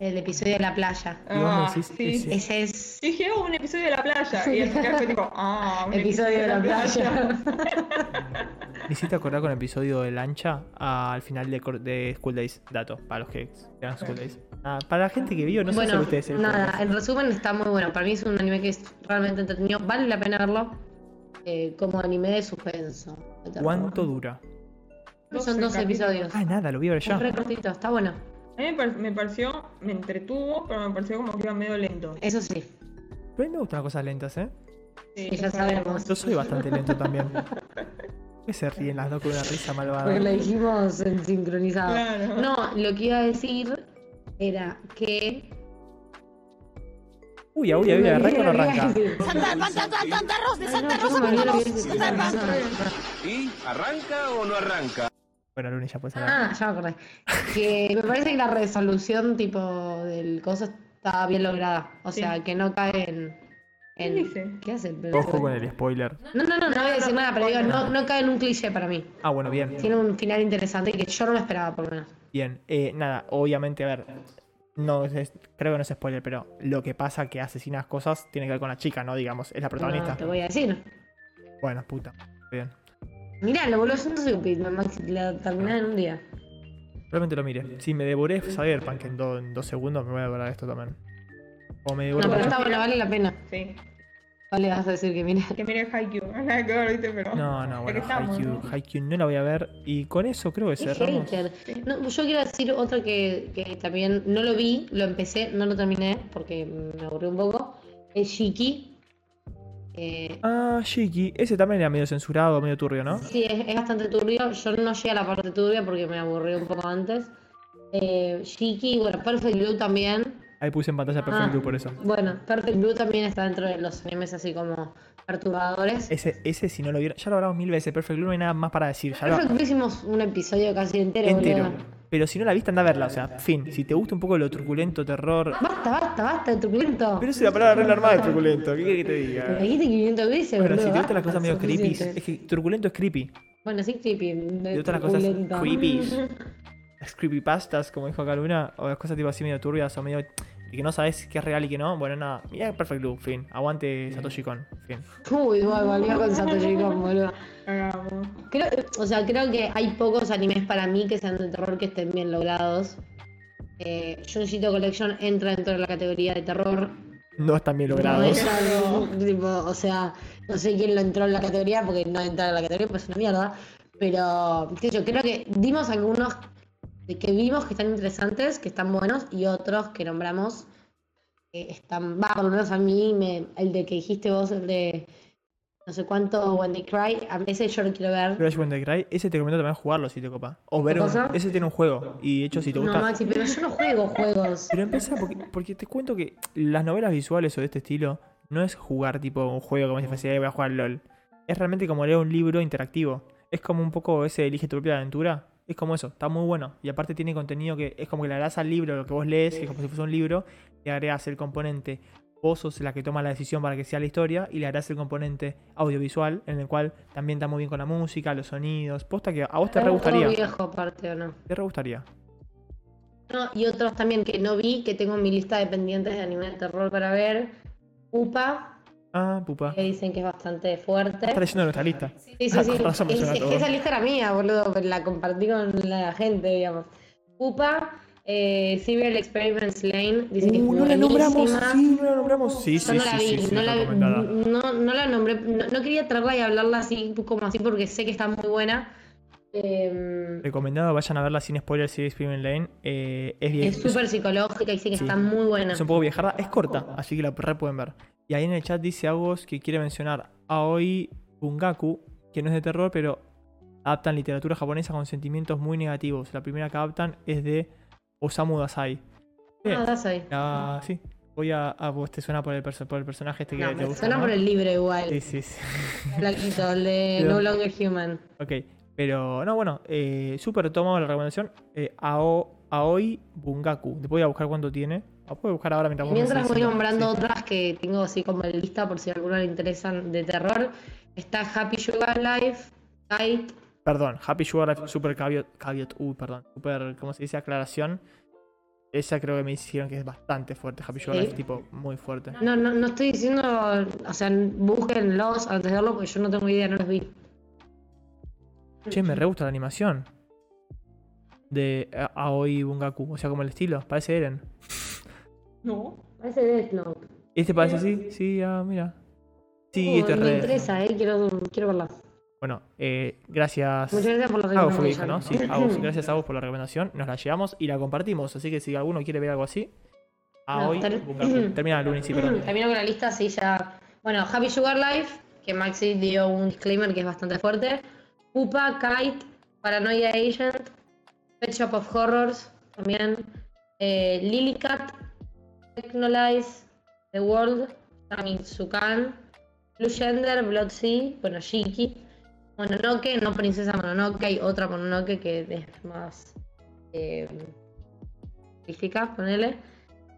S4: El episodio de la playa.
S2: Y vos me
S3: Ah,
S2: decís,
S3: sí.
S2: ese-
S4: Ese es.
S3: Dije, oh, un episodio de la playa. Y al final fue tipo, ah, un
S4: Episodio de la playa.
S2: Me hiciste acordar con el episodio de Lancha al final de, cor- de School Days. Dato, para los que vean School Days. Ah, para la gente que vio, no sé
S4: bueno,
S2: si ustedes el
S4: nada,
S2: juego.
S4: en resumen está muy bueno. Para mí es un anime que es realmente entretenido. Vale la pena verlo eh, como anime de suspenso. de terror.
S2: ¿Cuánto dura?
S4: Son dos
S3: 12
S4: episodios.
S2: Ah, nada, lo vi ahora
S4: Es re
S2: ya.
S4: cortito, está bueno.
S3: A mí me, par- me pareció, me entretuvo, pero me pareció como que iba medio lento.
S4: Eso sí.
S2: Pero a mí me gustan las cosas lentas, ¿eh?
S3: Sí,
S4: ya sabemos.
S2: Yo soy bastante lento también. Que se ríen las dos con una risa malvada.
S4: Porque lo dijimos en sincronizado.
S3: Claro.
S4: No, lo que iba a decir era que.
S2: Uy, uy, uy, arranca o no
S4: Lo que iba a
S2: arranca.
S4: decir. Ay, no, Ah, yo me olvidé lo que iba a decir.
S7: ¿Y arranca o no arranca?
S2: Bueno, Luna, ya puedes hablar.
S4: Ah, ya me acordé. Que me parece que la resolución tipo del coso está bien lograda. O
S3: Sí.
S4: sea, que no cae en. en-
S3: dice?
S4: ¿Qué hace el bebé?
S2: Ojo con el spoiler.
S4: No, no, no, no voy a decir nada, pero digo, no, no cae en un cliché para mí.
S2: Ah, bueno, bien.
S4: Tiene un final interesante que yo no lo esperaba, por lo menos.
S2: Bien, eh, nada, obviamente, a ver, no es- creo que no es spoiler, pero lo que pasa que asesinas cosas tiene que ver con la chica, ¿no? Digamos, es la protagonista.
S4: No, te voy a decir.
S2: Bueno, puta. Bien.
S4: Mirá, lo boludo, yo no soy un Maxi, la terminás en un día.
S2: Realmente lo mire. Si me devoré pues, Cyberpunk en, do- en dos segundos, me voy a devorar esto también. O me
S4: No,
S2: devoré.
S4: pero está bueno, vale la pena.
S3: Sí.
S4: Vale, vas a decir que mira.
S3: Que mire Haikyuu. Nada que ver, viste, pero.
S2: no, no,
S3: ya
S2: bueno,
S3: que estamos,
S2: Haikyuu,
S3: ¿no?
S2: Haikyuu no la voy a ver. Y con eso creo que
S4: Es
S2: cerramos.
S4: hater. No, yo quiero decir otro que, que también no lo vi, lo empecé, no lo terminé porque me aburrió un poco. Es Shiki. Eh,
S2: Ah, Shiki. Ese también era medio censurado, medio turbio, ¿no?
S4: Sí, es, es bastante turbio. Yo no llegué a la parte turbia porque me aburrí un poco antes. Eh, Shiki, bueno, Perfect Blue también.
S2: Ahí puse en pantalla Perfect
S4: Ah.
S2: Blue por eso.
S4: Bueno, Perfect Blue también está dentro de los animes así como perturbadores.
S2: Ese, ese si no lo vieron, ya lo hablamos mil veces. Perfect Blue no hay nada más para decir. Ya lo,
S4: Perfect Blue hicimos un episodio casi entero,
S2: entero.
S4: boludo.
S2: Pero si no la viste, anda a verla. O sea, fin. Si te gusta un poco lo truculento, terror.
S4: Basta, basta, basta de turbulento.
S2: Pero es la palabra re normal, truculento. ¿Qué querés que te diga?
S4: Me dijiste 500 veces,
S2: Bueno,
S4: boludo,
S2: si te gustan las
S4: basta,
S2: cosas medio creepy,
S4: suficiente.
S2: es que truculento es creepy.
S4: Bueno, sí, creepy.
S2: Y
S4: De
S2: otras cosas creepy. Las creepypastas, como dijo acá Luna, o las cosas tipo así medio turbias o medio. y que no sabes qué es real y qué no. Bueno, nada. Mira Perfect Blue, fin. Aguante Satoshi Kon, fin.
S4: Uy, igual, volvió con Satoshi Kon, boludo.
S3: Hagamos.
S4: Creo, o sea, creo que hay pocos animes para mí que sean de terror que estén bien logrados. Eh, Junjito Collection entra dentro de la categoría de terror.
S2: No están bien
S4: No
S2: logrados.
S4: es algo, tipo, o sea, no sé quién lo entró en la categoría porque no entra en la categoría, pues es una mierda. Pero, qué sé yo, creo que dimos algunos de que vimos que están interesantes, que están buenos, y otros que nombramos que están, va, por lo menos a mí, me- el de que dijiste vos, el de no sé cuánto, When They Cry, a ese yo lo quiero ver.
S2: Crash When They Cry, ese te recomiendo también jugarlo si te copa. O ver
S4: ¿Qué
S2: un,
S4: cosa?
S2: Ese tiene un juego. Y de hecho, si te
S4: No,
S2: gusta.
S4: Maxi, pero yo no juego juegos.
S2: Pero empieza porque, porque te cuento que las novelas visuales o de este estilo no es jugar tipo un juego como si fuese "Ay, voy a jugar LOL. Es realmente como leer un libro interactivo. Es como un poco ese elige tu propia aventura. Es como eso, está muy bueno. Y aparte tiene contenido que es como que le agregas al libro lo que vos lees, que es como si fuese un libro, le agregas el componente. Vos sos la que toma la decisión para que sea la historia y le agregas el componente audiovisual, en el cual también está muy bien con la música, los sonidos. Posta que a vos te re
S4: Algo
S2: gustaría.
S4: viejo aparte o no.
S2: Te re gustaría.
S4: No, y otros también que no vi, que tengo en mi lista de pendientes de anime de terror para ver. Upa,
S2: Ah, pupa.
S4: que dicen que es bastante fuerte.
S2: Está leyendo nuestra lista.
S4: Sí, sí,
S2: Ah,
S4: sí.
S2: con razón me
S4: Es-
S2: suena
S4: es que
S2: todo.
S4: esa lista era mía, boludo, pero la compartí con la gente, digamos. Upa, eh, Serial Experiments Lane, dicen que es
S2: Uh, no la nombramos,
S4: buenísima.
S2: sí, no la nombramos. Sí,
S4: Yo
S2: sí,
S4: no
S2: sí,
S4: la vi, Mm,
S2: sí, sí,
S4: no, la,
S2: recomendada.
S4: no, no la nombré, no, no quería traerla y hablarla así como así porque sé que está muy buena. Eh,
S2: Recomendada, vayan a verla sin spoilers si es Premium Lane. Eh, es bien.
S4: es súper psicológica y sé que
S2: Sí.
S4: está muy buena.
S2: es un poco viejarda, es corta, así que la re pueden ver. Y ahí en el chat dice Agos que quiere mencionar a hoy Bungaku, que no es de terror, pero adaptan literatura japonesa con sentimientos muy negativos. La primera que adaptan es de Osamu Dazai. Bien.
S4: Ah, das ahí.
S2: Ah, sí. Voy a, a vos te suena por el, perso- por el personaje este que
S4: No,
S2: te
S4: me
S2: gusta.
S4: suena
S2: ¿no?
S4: por el libro igual.
S2: Sí, sí, sí.
S4: Blanquito, el de
S2: Pero-
S4: No Longer Human.
S2: Ok, pero no, bueno, eh, súper tomo la recomendación. eh, Ao- Aoi Bungaku. Te voy a buscar cuánto tiene. O puedo buscar ahora mientras vos me
S4: Mientras
S2: decís,
S4: voy
S2: ¿no?
S4: nombrando
S2: Sí.
S4: otras que tengo así como en lista por si a alguna le interesan de terror, está Happy Sugar Life, Kite,
S2: Perdón, Happy Sugar Life, super caveat, caveat, uy, perdón, super, ¿cómo se dice? Aclaración. Esa creo que me hicieron que es bastante fuerte, Happy Sugar
S4: Sí.
S2: Life, tipo, muy fuerte.
S4: No, no, no estoy diciendo, o sea, búsquenlos antes de verlo porque yo no tengo idea, no los vi.
S2: Che, me re gusta la animación. De eh, A- Aoi Bungaku, o sea, como el estilo, parece Eren.
S3: No.
S4: Parece Death Note.
S2: ¿Este parece así? Sí, ah, mira. Sí,
S4: Uh,
S2: este es
S4: me
S2: re.
S4: interesa, eh, quiero, quiero verlas.
S2: Bueno, eh, gracias.
S4: Muchas gracias por los
S2: Ah, vos fue que dijo, ¿no?
S4: recomendaciones.
S2: Sí, a vos. Gracias a vos por la recomendación. Nos la llevamos y la compartimos. Así que si alguno quiere ver algo así, a
S4: No,
S2: hoy.
S4: ter-
S2: Bungaku. Termina el lunes, sí, perdón.
S4: Termino con la lista, sí, ya. Bueno, Happy Sugar Life, que Maxi dio un disclaimer que es bastante fuerte. Pupa, Kite, Paranoia Agent, Pet Shop of Horrors, también. Eh, Lilicat, Technolize, The World, Tamitsukan, Blue Gender, Blood Sea, bueno, Shiki, Mononoke, no Princesa Mononoke, hay otra Mononoke que es más. Eh, artística, ponele.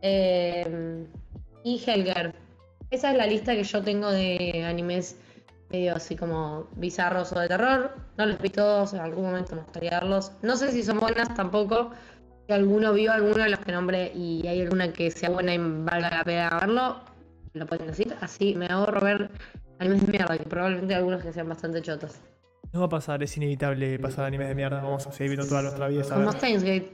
S4: Eh, y Helger. Esa es la lista que yo tengo de animes medio así como bizarros o de terror. No los vi todos, en algún momento me gustaría verlos. No sé si son buenas tampoco. Si alguno vio alguno de los que nombré y hay alguna que sea buena y valga la pena verlo, me lo pueden decir. Así me ahorro ver animes de mierda, que probablemente algunos que sean bastante chotos.
S2: No va a pasar, es inevitable pasar animes de mierda. Vamos a seguir viendo toda nuestra vida. a
S4: Como
S2: ver.
S4: Steins Gate.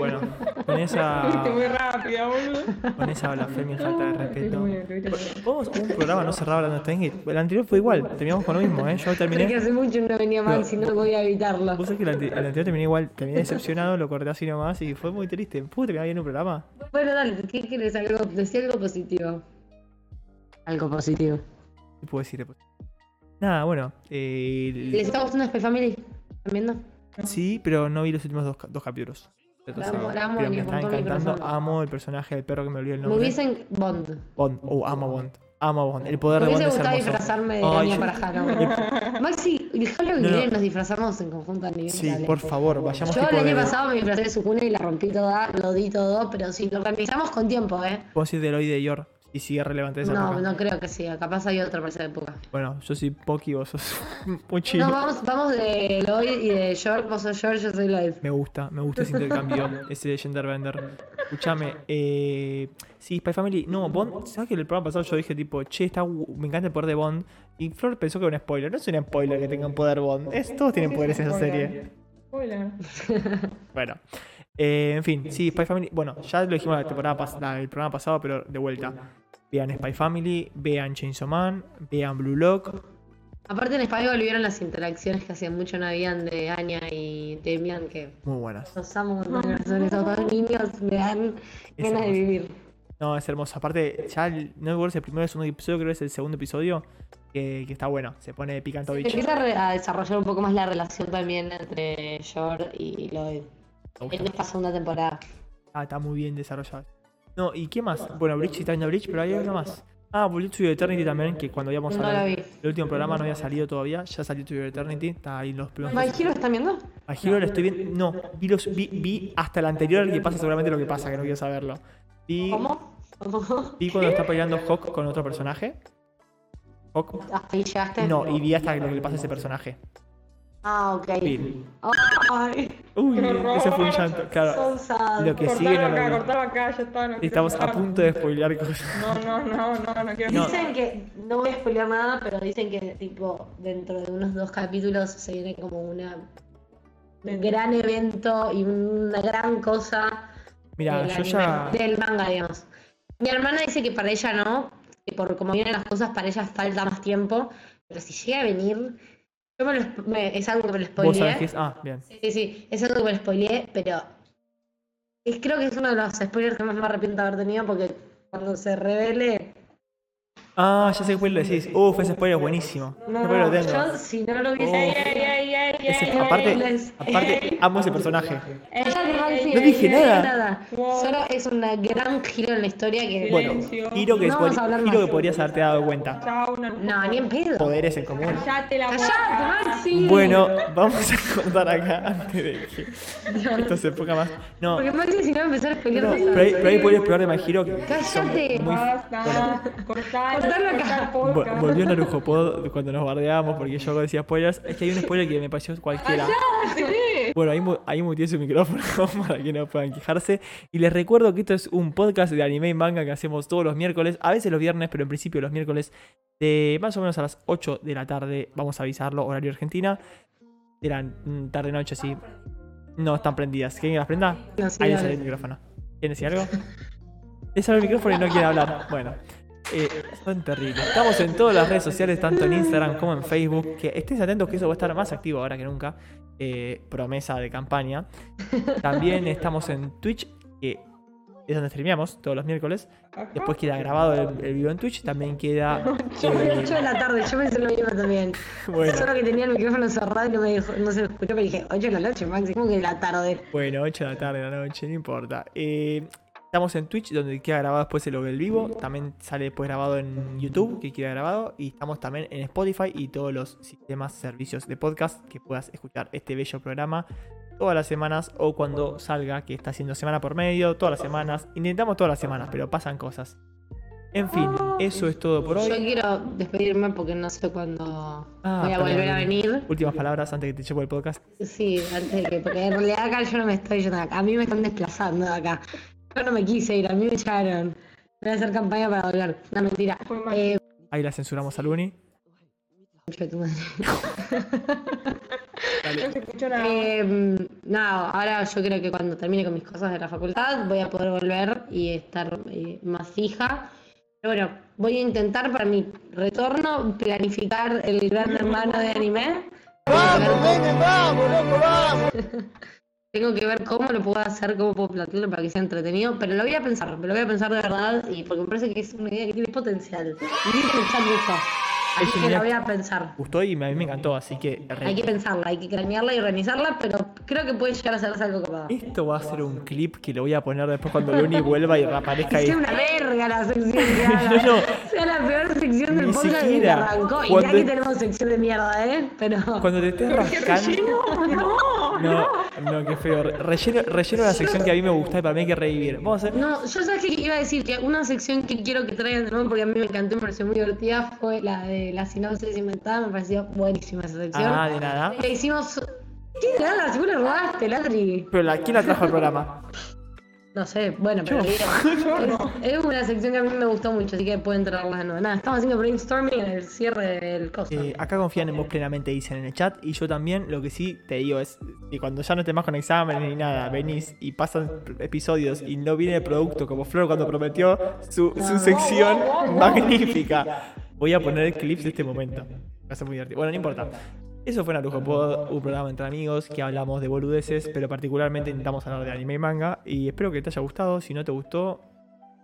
S2: Bueno, con esa,
S3: Fuiste muy rápida, boludo.
S2: con esa blasfemia y falta de
S3: Estuviste
S2: respeto.
S3: muy bien, estuviste muy bien.
S2: Vamos un programa no cerraba hablando de Steins Gate. El anterior fue igual, terminamos con lo mismo, ¿eh? Yo terminé.
S4: Porque hace mucho no venía
S2: No.
S4: mal, si no voy a evitarlo.
S2: Vos sabés que el, ante- el anterior terminé igual, terminé decepcionado, lo corté así nomás y fue muy triste. Pude terminar bien un programa.
S4: Bueno, dale, ¿qué quieres? Algo, decí algo positivo. Algo positivo.
S2: ¿Qué puedo decir? Nada, bueno. eh, el-
S4: ¿Les está gustando Spy Family? ¿También no?
S2: Sí, pero no vi los últimos dos, ca- dos capítulos. Entonces,
S4: amo, la amo,
S2: pero me
S4: Nico,
S2: está
S4: con todo mi
S2: encantando. Ah,
S4: corazón.
S2: Amo el personaje del perro que me olvidé el
S4: Me
S2: nombre.
S4: hubiesen Bond.
S2: Bond. Oh, amo a Bond. Amo a Bond. El poder
S4: Me
S2: de Bond
S4: hubiese
S2: es
S4: gustado
S2: hermoso.
S4: disfrazarme de
S2: Ay,
S4: araña
S2: yo-
S4: para Halloween. Maxi, el Halloween
S2: No,
S4: que
S2: no.
S4: viene nos disfrazamos en conjunto a nivel
S2: Sí,
S4: global.
S2: por favor, vayamos
S4: Yo
S2: tipo
S4: el año
S2: de-
S4: pasado me disfrazé de Sukuna y la rompí toda, lo di todo, pero si lo organizamos con tiempo, ¿eh?
S2: Vos decís Deloitte de Yor y sigue relevante esa
S4: No,
S2: época.
S4: no creo que sea. Capaz hay otra para esa época.
S2: Bueno, yo soy Poki, vos sos muy chino.
S4: No, vamos, vamos de Lloyd y de George. Vos sos George, yo soy Lloyd.
S2: Me gusta, me gusta ese intercambio, ese Genderbender. Escúchame, eh, sí, Spy Family, no, Bond, ¿sabes que el programa pasado yo dije tipo, che, está, gu- me encanta el poder de Bond? Y Flor pensó que era un spoiler, no es un spoiler que tengan poder Bond, es- todos tienen poderes en esa serie.
S3: Hola.
S2: Bueno, eh, en fin, sí, Spy Family, bueno, ya lo dijimos la temporada pas- la- el programa pasado, pero de vuelta. Vean Spy Family, vean Chainsaw Man, vean Blue Lock,
S4: Aparte en Spy volvieron las interacciones que hacía mucho no habían de Anya y Demian, que
S2: muy buenas.
S4: los amo con todo mi corazón. Esos dos niños me dan
S2: Es
S4: ganas de
S2: hermoso.
S4: vivir.
S2: No, es hermoso. Aparte, ya el- no me acuerdo si el primero o el segundo episodio, creo que es el segundo episodio, que, que está bueno, se pone picante bicho.
S4: Empieza a, re- a desarrollar un poco más la relación también entre George y Lloyd
S2: Me gusta.
S4: en esta segunda temporada.
S2: Ah, está muy bien desarrollado. No, ¿y qué más? Bueno, Bridge está viendo Bridge, pero hay algo más. Ah, Bluetooth Eternity también, que cuando íbamos
S4: No
S2: a
S4: la vi.
S2: el último programa no había salido todavía, ya salió To Your Eternity, está ahí en los primeros.
S4: ¿My Hero están viendo?
S2: A Hero lo estoy viendo. No, vi, los- vi, vi hasta el anterior el que pasa seguramente lo que pasa, que no quiero saberlo. Vi,
S4: ¿Cómo? ¿Cómo?
S2: vi cuando está peleando Hawk con otro personaje. Hawk.
S4: ¿Hasta ahí llegaste?
S2: No, y vi hasta lo que le pasa a ese personaje.
S4: Ah, ok.
S2: Bill.
S4: Ay,
S2: Uy, ese fue un llanto. Claro.
S4: son sad.
S2: Lo que sigue
S3: Cortalo
S2: no
S3: acá,
S2: lo vi.
S3: cortalo acá, ya está. no quiero
S2: Estamos a
S3: escuchar.
S2: punto de spoilear cosas.
S3: No, no, no, no, no quiero
S2: No.
S3: escuchar.
S4: Dicen que, no voy a spoilear nada, pero dicen que tipo dentro de unos dos capítulos se viene como una un gran evento y una gran cosa
S2: Mira,
S4: del,
S2: yo ya.
S4: anime- del manga, digamos. Mi hermana dice que para ella no, que por como vienen las cosas para ella falta más tiempo, pero si llega a venir, yo me lo spo- me- es algo que me lo
S2: Vos sabés que
S4: spoileé.
S2: es. Ah, bien.
S4: Sí, sí, sí, es algo que me lo spoileé, pero es, creo que es uno de los spoilers que más me arrepiento de haber tenido porque cuando se revele
S2: Ah, ya sé cuál le decís. Uf, ese spoiler es buenísimo. No, pero lo tengo.
S4: yo si no lo
S2: Oh.
S4: hubiese
S3: Ay, ay, ay, ay,
S2: Ese-
S3: ay,
S2: aparte,
S4: es-
S2: aparte, amo ese personaje.
S3: ay,
S4: Ella
S3: ay,
S4: no
S3: ay,
S4: hace
S2: No dije nada.
S3: eh, Wow.
S4: Solo es un gran giro en la historia que.
S2: Bueno,
S3: Silencio.
S2: giro que,
S4: No vamos a hablar
S2: podri-
S4: más.
S2: giro que podrías haberte dado cuenta.
S3: Chao, una-
S4: No, ni en pedo.
S2: Poderes en común.
S3: Callate la boca.
S4: Callate, Maxi.
S2: Bueno, vamos a contar acá antes de que esto se ponga más. No,
S4: Porque Maxi, si no, va a empezar a pelear.
S2: pero,
S4: No,
S2: pero hay, pero hay poderes peor de My Hero que son
S4: Cállate.
S2: muy
S3: Basta. Cortar,
S4: Cortar la caja.
S2: Vol- Volvió Narujo Pod cuando nos bardeábamos porque yo decía spoilers. Es que hay un spoiler que me pareció cualquiera. Bueno, ahí, mu- ahí muteé su micrófono para que no puedan quejarse. Y les recuerdo que esto es un podcast de anime y manga que hacemos todos los miércoles, a veces los viernes, pero en principio los miércoles, de más o menos a las 8 de la tarde. Vamos a avisarlo, horario argentina. Eran mm, tarde-noche, así. No están prendidas. ¿Quieren que las prenda?
S4: sí,
S2: Ahí le
S4: dale.
S2: salió el micrófono. ¿Quieren decir algo? Le sale el micrófono y no quiere hablar. Bueno. Eh, son terribles. Estamos en todas las redes sociales, tanto en Instagram como en Facebook. Que estés atentos que eso va a estar más activo ahora que nunca. Eh, promesa de campaña. También estamos en Twitch, que es donde streameamos todos los miércoles. Después queda grabado el, el video en Twitch. También queda. eh,
S4: 8 de la tarde, yo pensé lo mismo también.
S2: bueno,
S4: Solo que tenía el micrófono cerrado y no, me dejó- no se escuchó, pero dije, 8 de la noche, Maxi, ¿cómo que de la tarde?
S2: Bueno, 8 de la tarde, de la noche, no importa. Eh, estamos en Twitch, donde queda grabado después el del vivo. También sale después grabado en YouTube, que queda grabado. Y estamos también en Spotify y todos los sistemas, servicios de podcast que puedas escuchar este bello programa todas las semanas o cuando salga, que está haciendo semana por medio, todas las semanas. Intentamos todas las semanas, pero pasan cosas. En fin, eso es todo por
S4: Yo
S2: hoy.
S4: quiero despedirme porque no sé cuándo
S2: Ah,
S4: voy a
S2: perdón.
S4: volver a venir.
S2: Últimas palabras antes de que te llevo el podcast.
S4: Sí, antes de que, porque en realidad acá yo no me estoy yendo de acá. A mí me están desplazando de acá. Yo no me quise ir, a mí me echaron. Voy a hacer campaña para volver. No, mentira.
S3: Fue mal.
S4: Eh,
S2: Ahí la censuramos a Luni.
S4: concha de tu madre.
S3: No se escuchó nada.
S4: Eh, nada, ahora yo creo que cuando termine con mis cosas de la facultad voy a poder volver y estar eh, más fija. Pero bueno, voy a intentar para mi retorno planificar el gran hermano de anime. Tengo que ver cómo lo puedo hacer, cómo puedo plantearlo para que sea entretenido, pero lo voy a pensar, lo voy a pensar de verdad y porque me parece que es una idea que tiene potencial. Y dice el chat ruso.
S2: Es
S4: Así
S2: una
S4: que
S2: idea
S4: la voy a pensar.
S2: Gustó y me- a mí me encantó, así que
S4: Hay que pensarla, hay que cranearla y organizarla, pero creo que puede llegar a ser algo copado.
S2: Esto va a ser un clip que lo voy a poner después cuando Luni vuelva y reaparezca
S4: Que
S2: ahí.
S4: sea una verga la sección que haga.
S2: No, no.
S4: Sea la peor sección del
S2: Ni
S4: podcast que
S2: siquiera.
S4: arrancó. Y
S2: Cuando-
S4: ya que tenemos sección de mierda, ¿eh? Pero.
S2: Cuando te estés rascando. No, no, qué feo. Relleno, relleno la sección que a mí me gusta y para mí hay que revivir. Vamos a hacer.
S4: No, yo sabes que iba a decir que una sección que quiero que traigan de nuevo porque a mí me encantó, me pareció muy divertida, fue la de la sinopsis inventada, me pareció buenísima esa sección.
S2: Ah, de nada.
S4: La hicimos. ¿Qué de nada? Si vos la robaste, Ladri.
S2: Pero la, ¿quién la trajo al programa?
S4: No sé, bueno, pero es, es una sección que a mí me gustó mucho, así que pueden traerla de nuevo. Nada, estamos haciendo brainstorming en el cierre del coso.
S2: Eh, acá confían en vos plenamente, dicen en el chat. Y yo también, lo que sí te digo es que cuando ya no estés más con exámenes ni nada, venís y pasan episodios y no viene el producto, como Flor cuando prometió su, su sección magnífica. Voy a poner clips de este momento. Va a ser muy divertido. Bueno, no importa. Eso fue Narujo Pod, un programa entre amigos que hablamos de boludeces, pero particularmente intentamos hablar de anime y manga. Y espero que te haya gustado. Si no te gustó,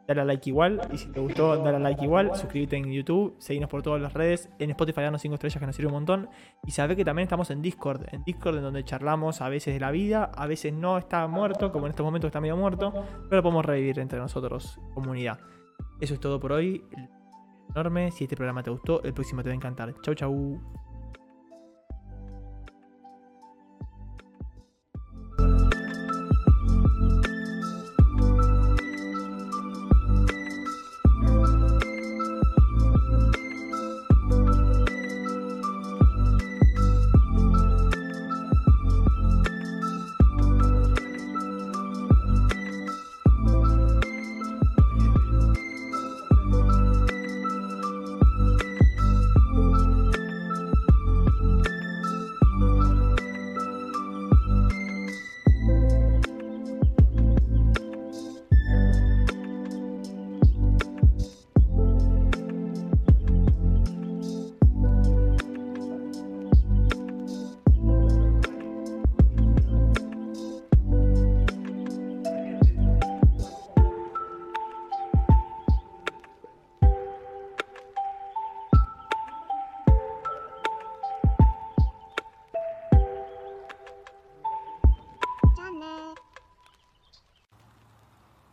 S2: dale a like igual. Y si te gustó, dale a like igual. Suscríbete en YouTube, seguinos por todas las redes. En Spotify danos 5 estrellas que nos sirve un montón. Y sabés que también estamos en Discord. En Discord en donde charlamos a veces de la vida, a veces no está muerto, como en estos momentos está medio muerto. Pero lo podemos revivir entre nosotros, comunidad. Eso es todo por hoy. Enorme. Si este programa te gustó, el próximo te va a encantar. Chau, chau.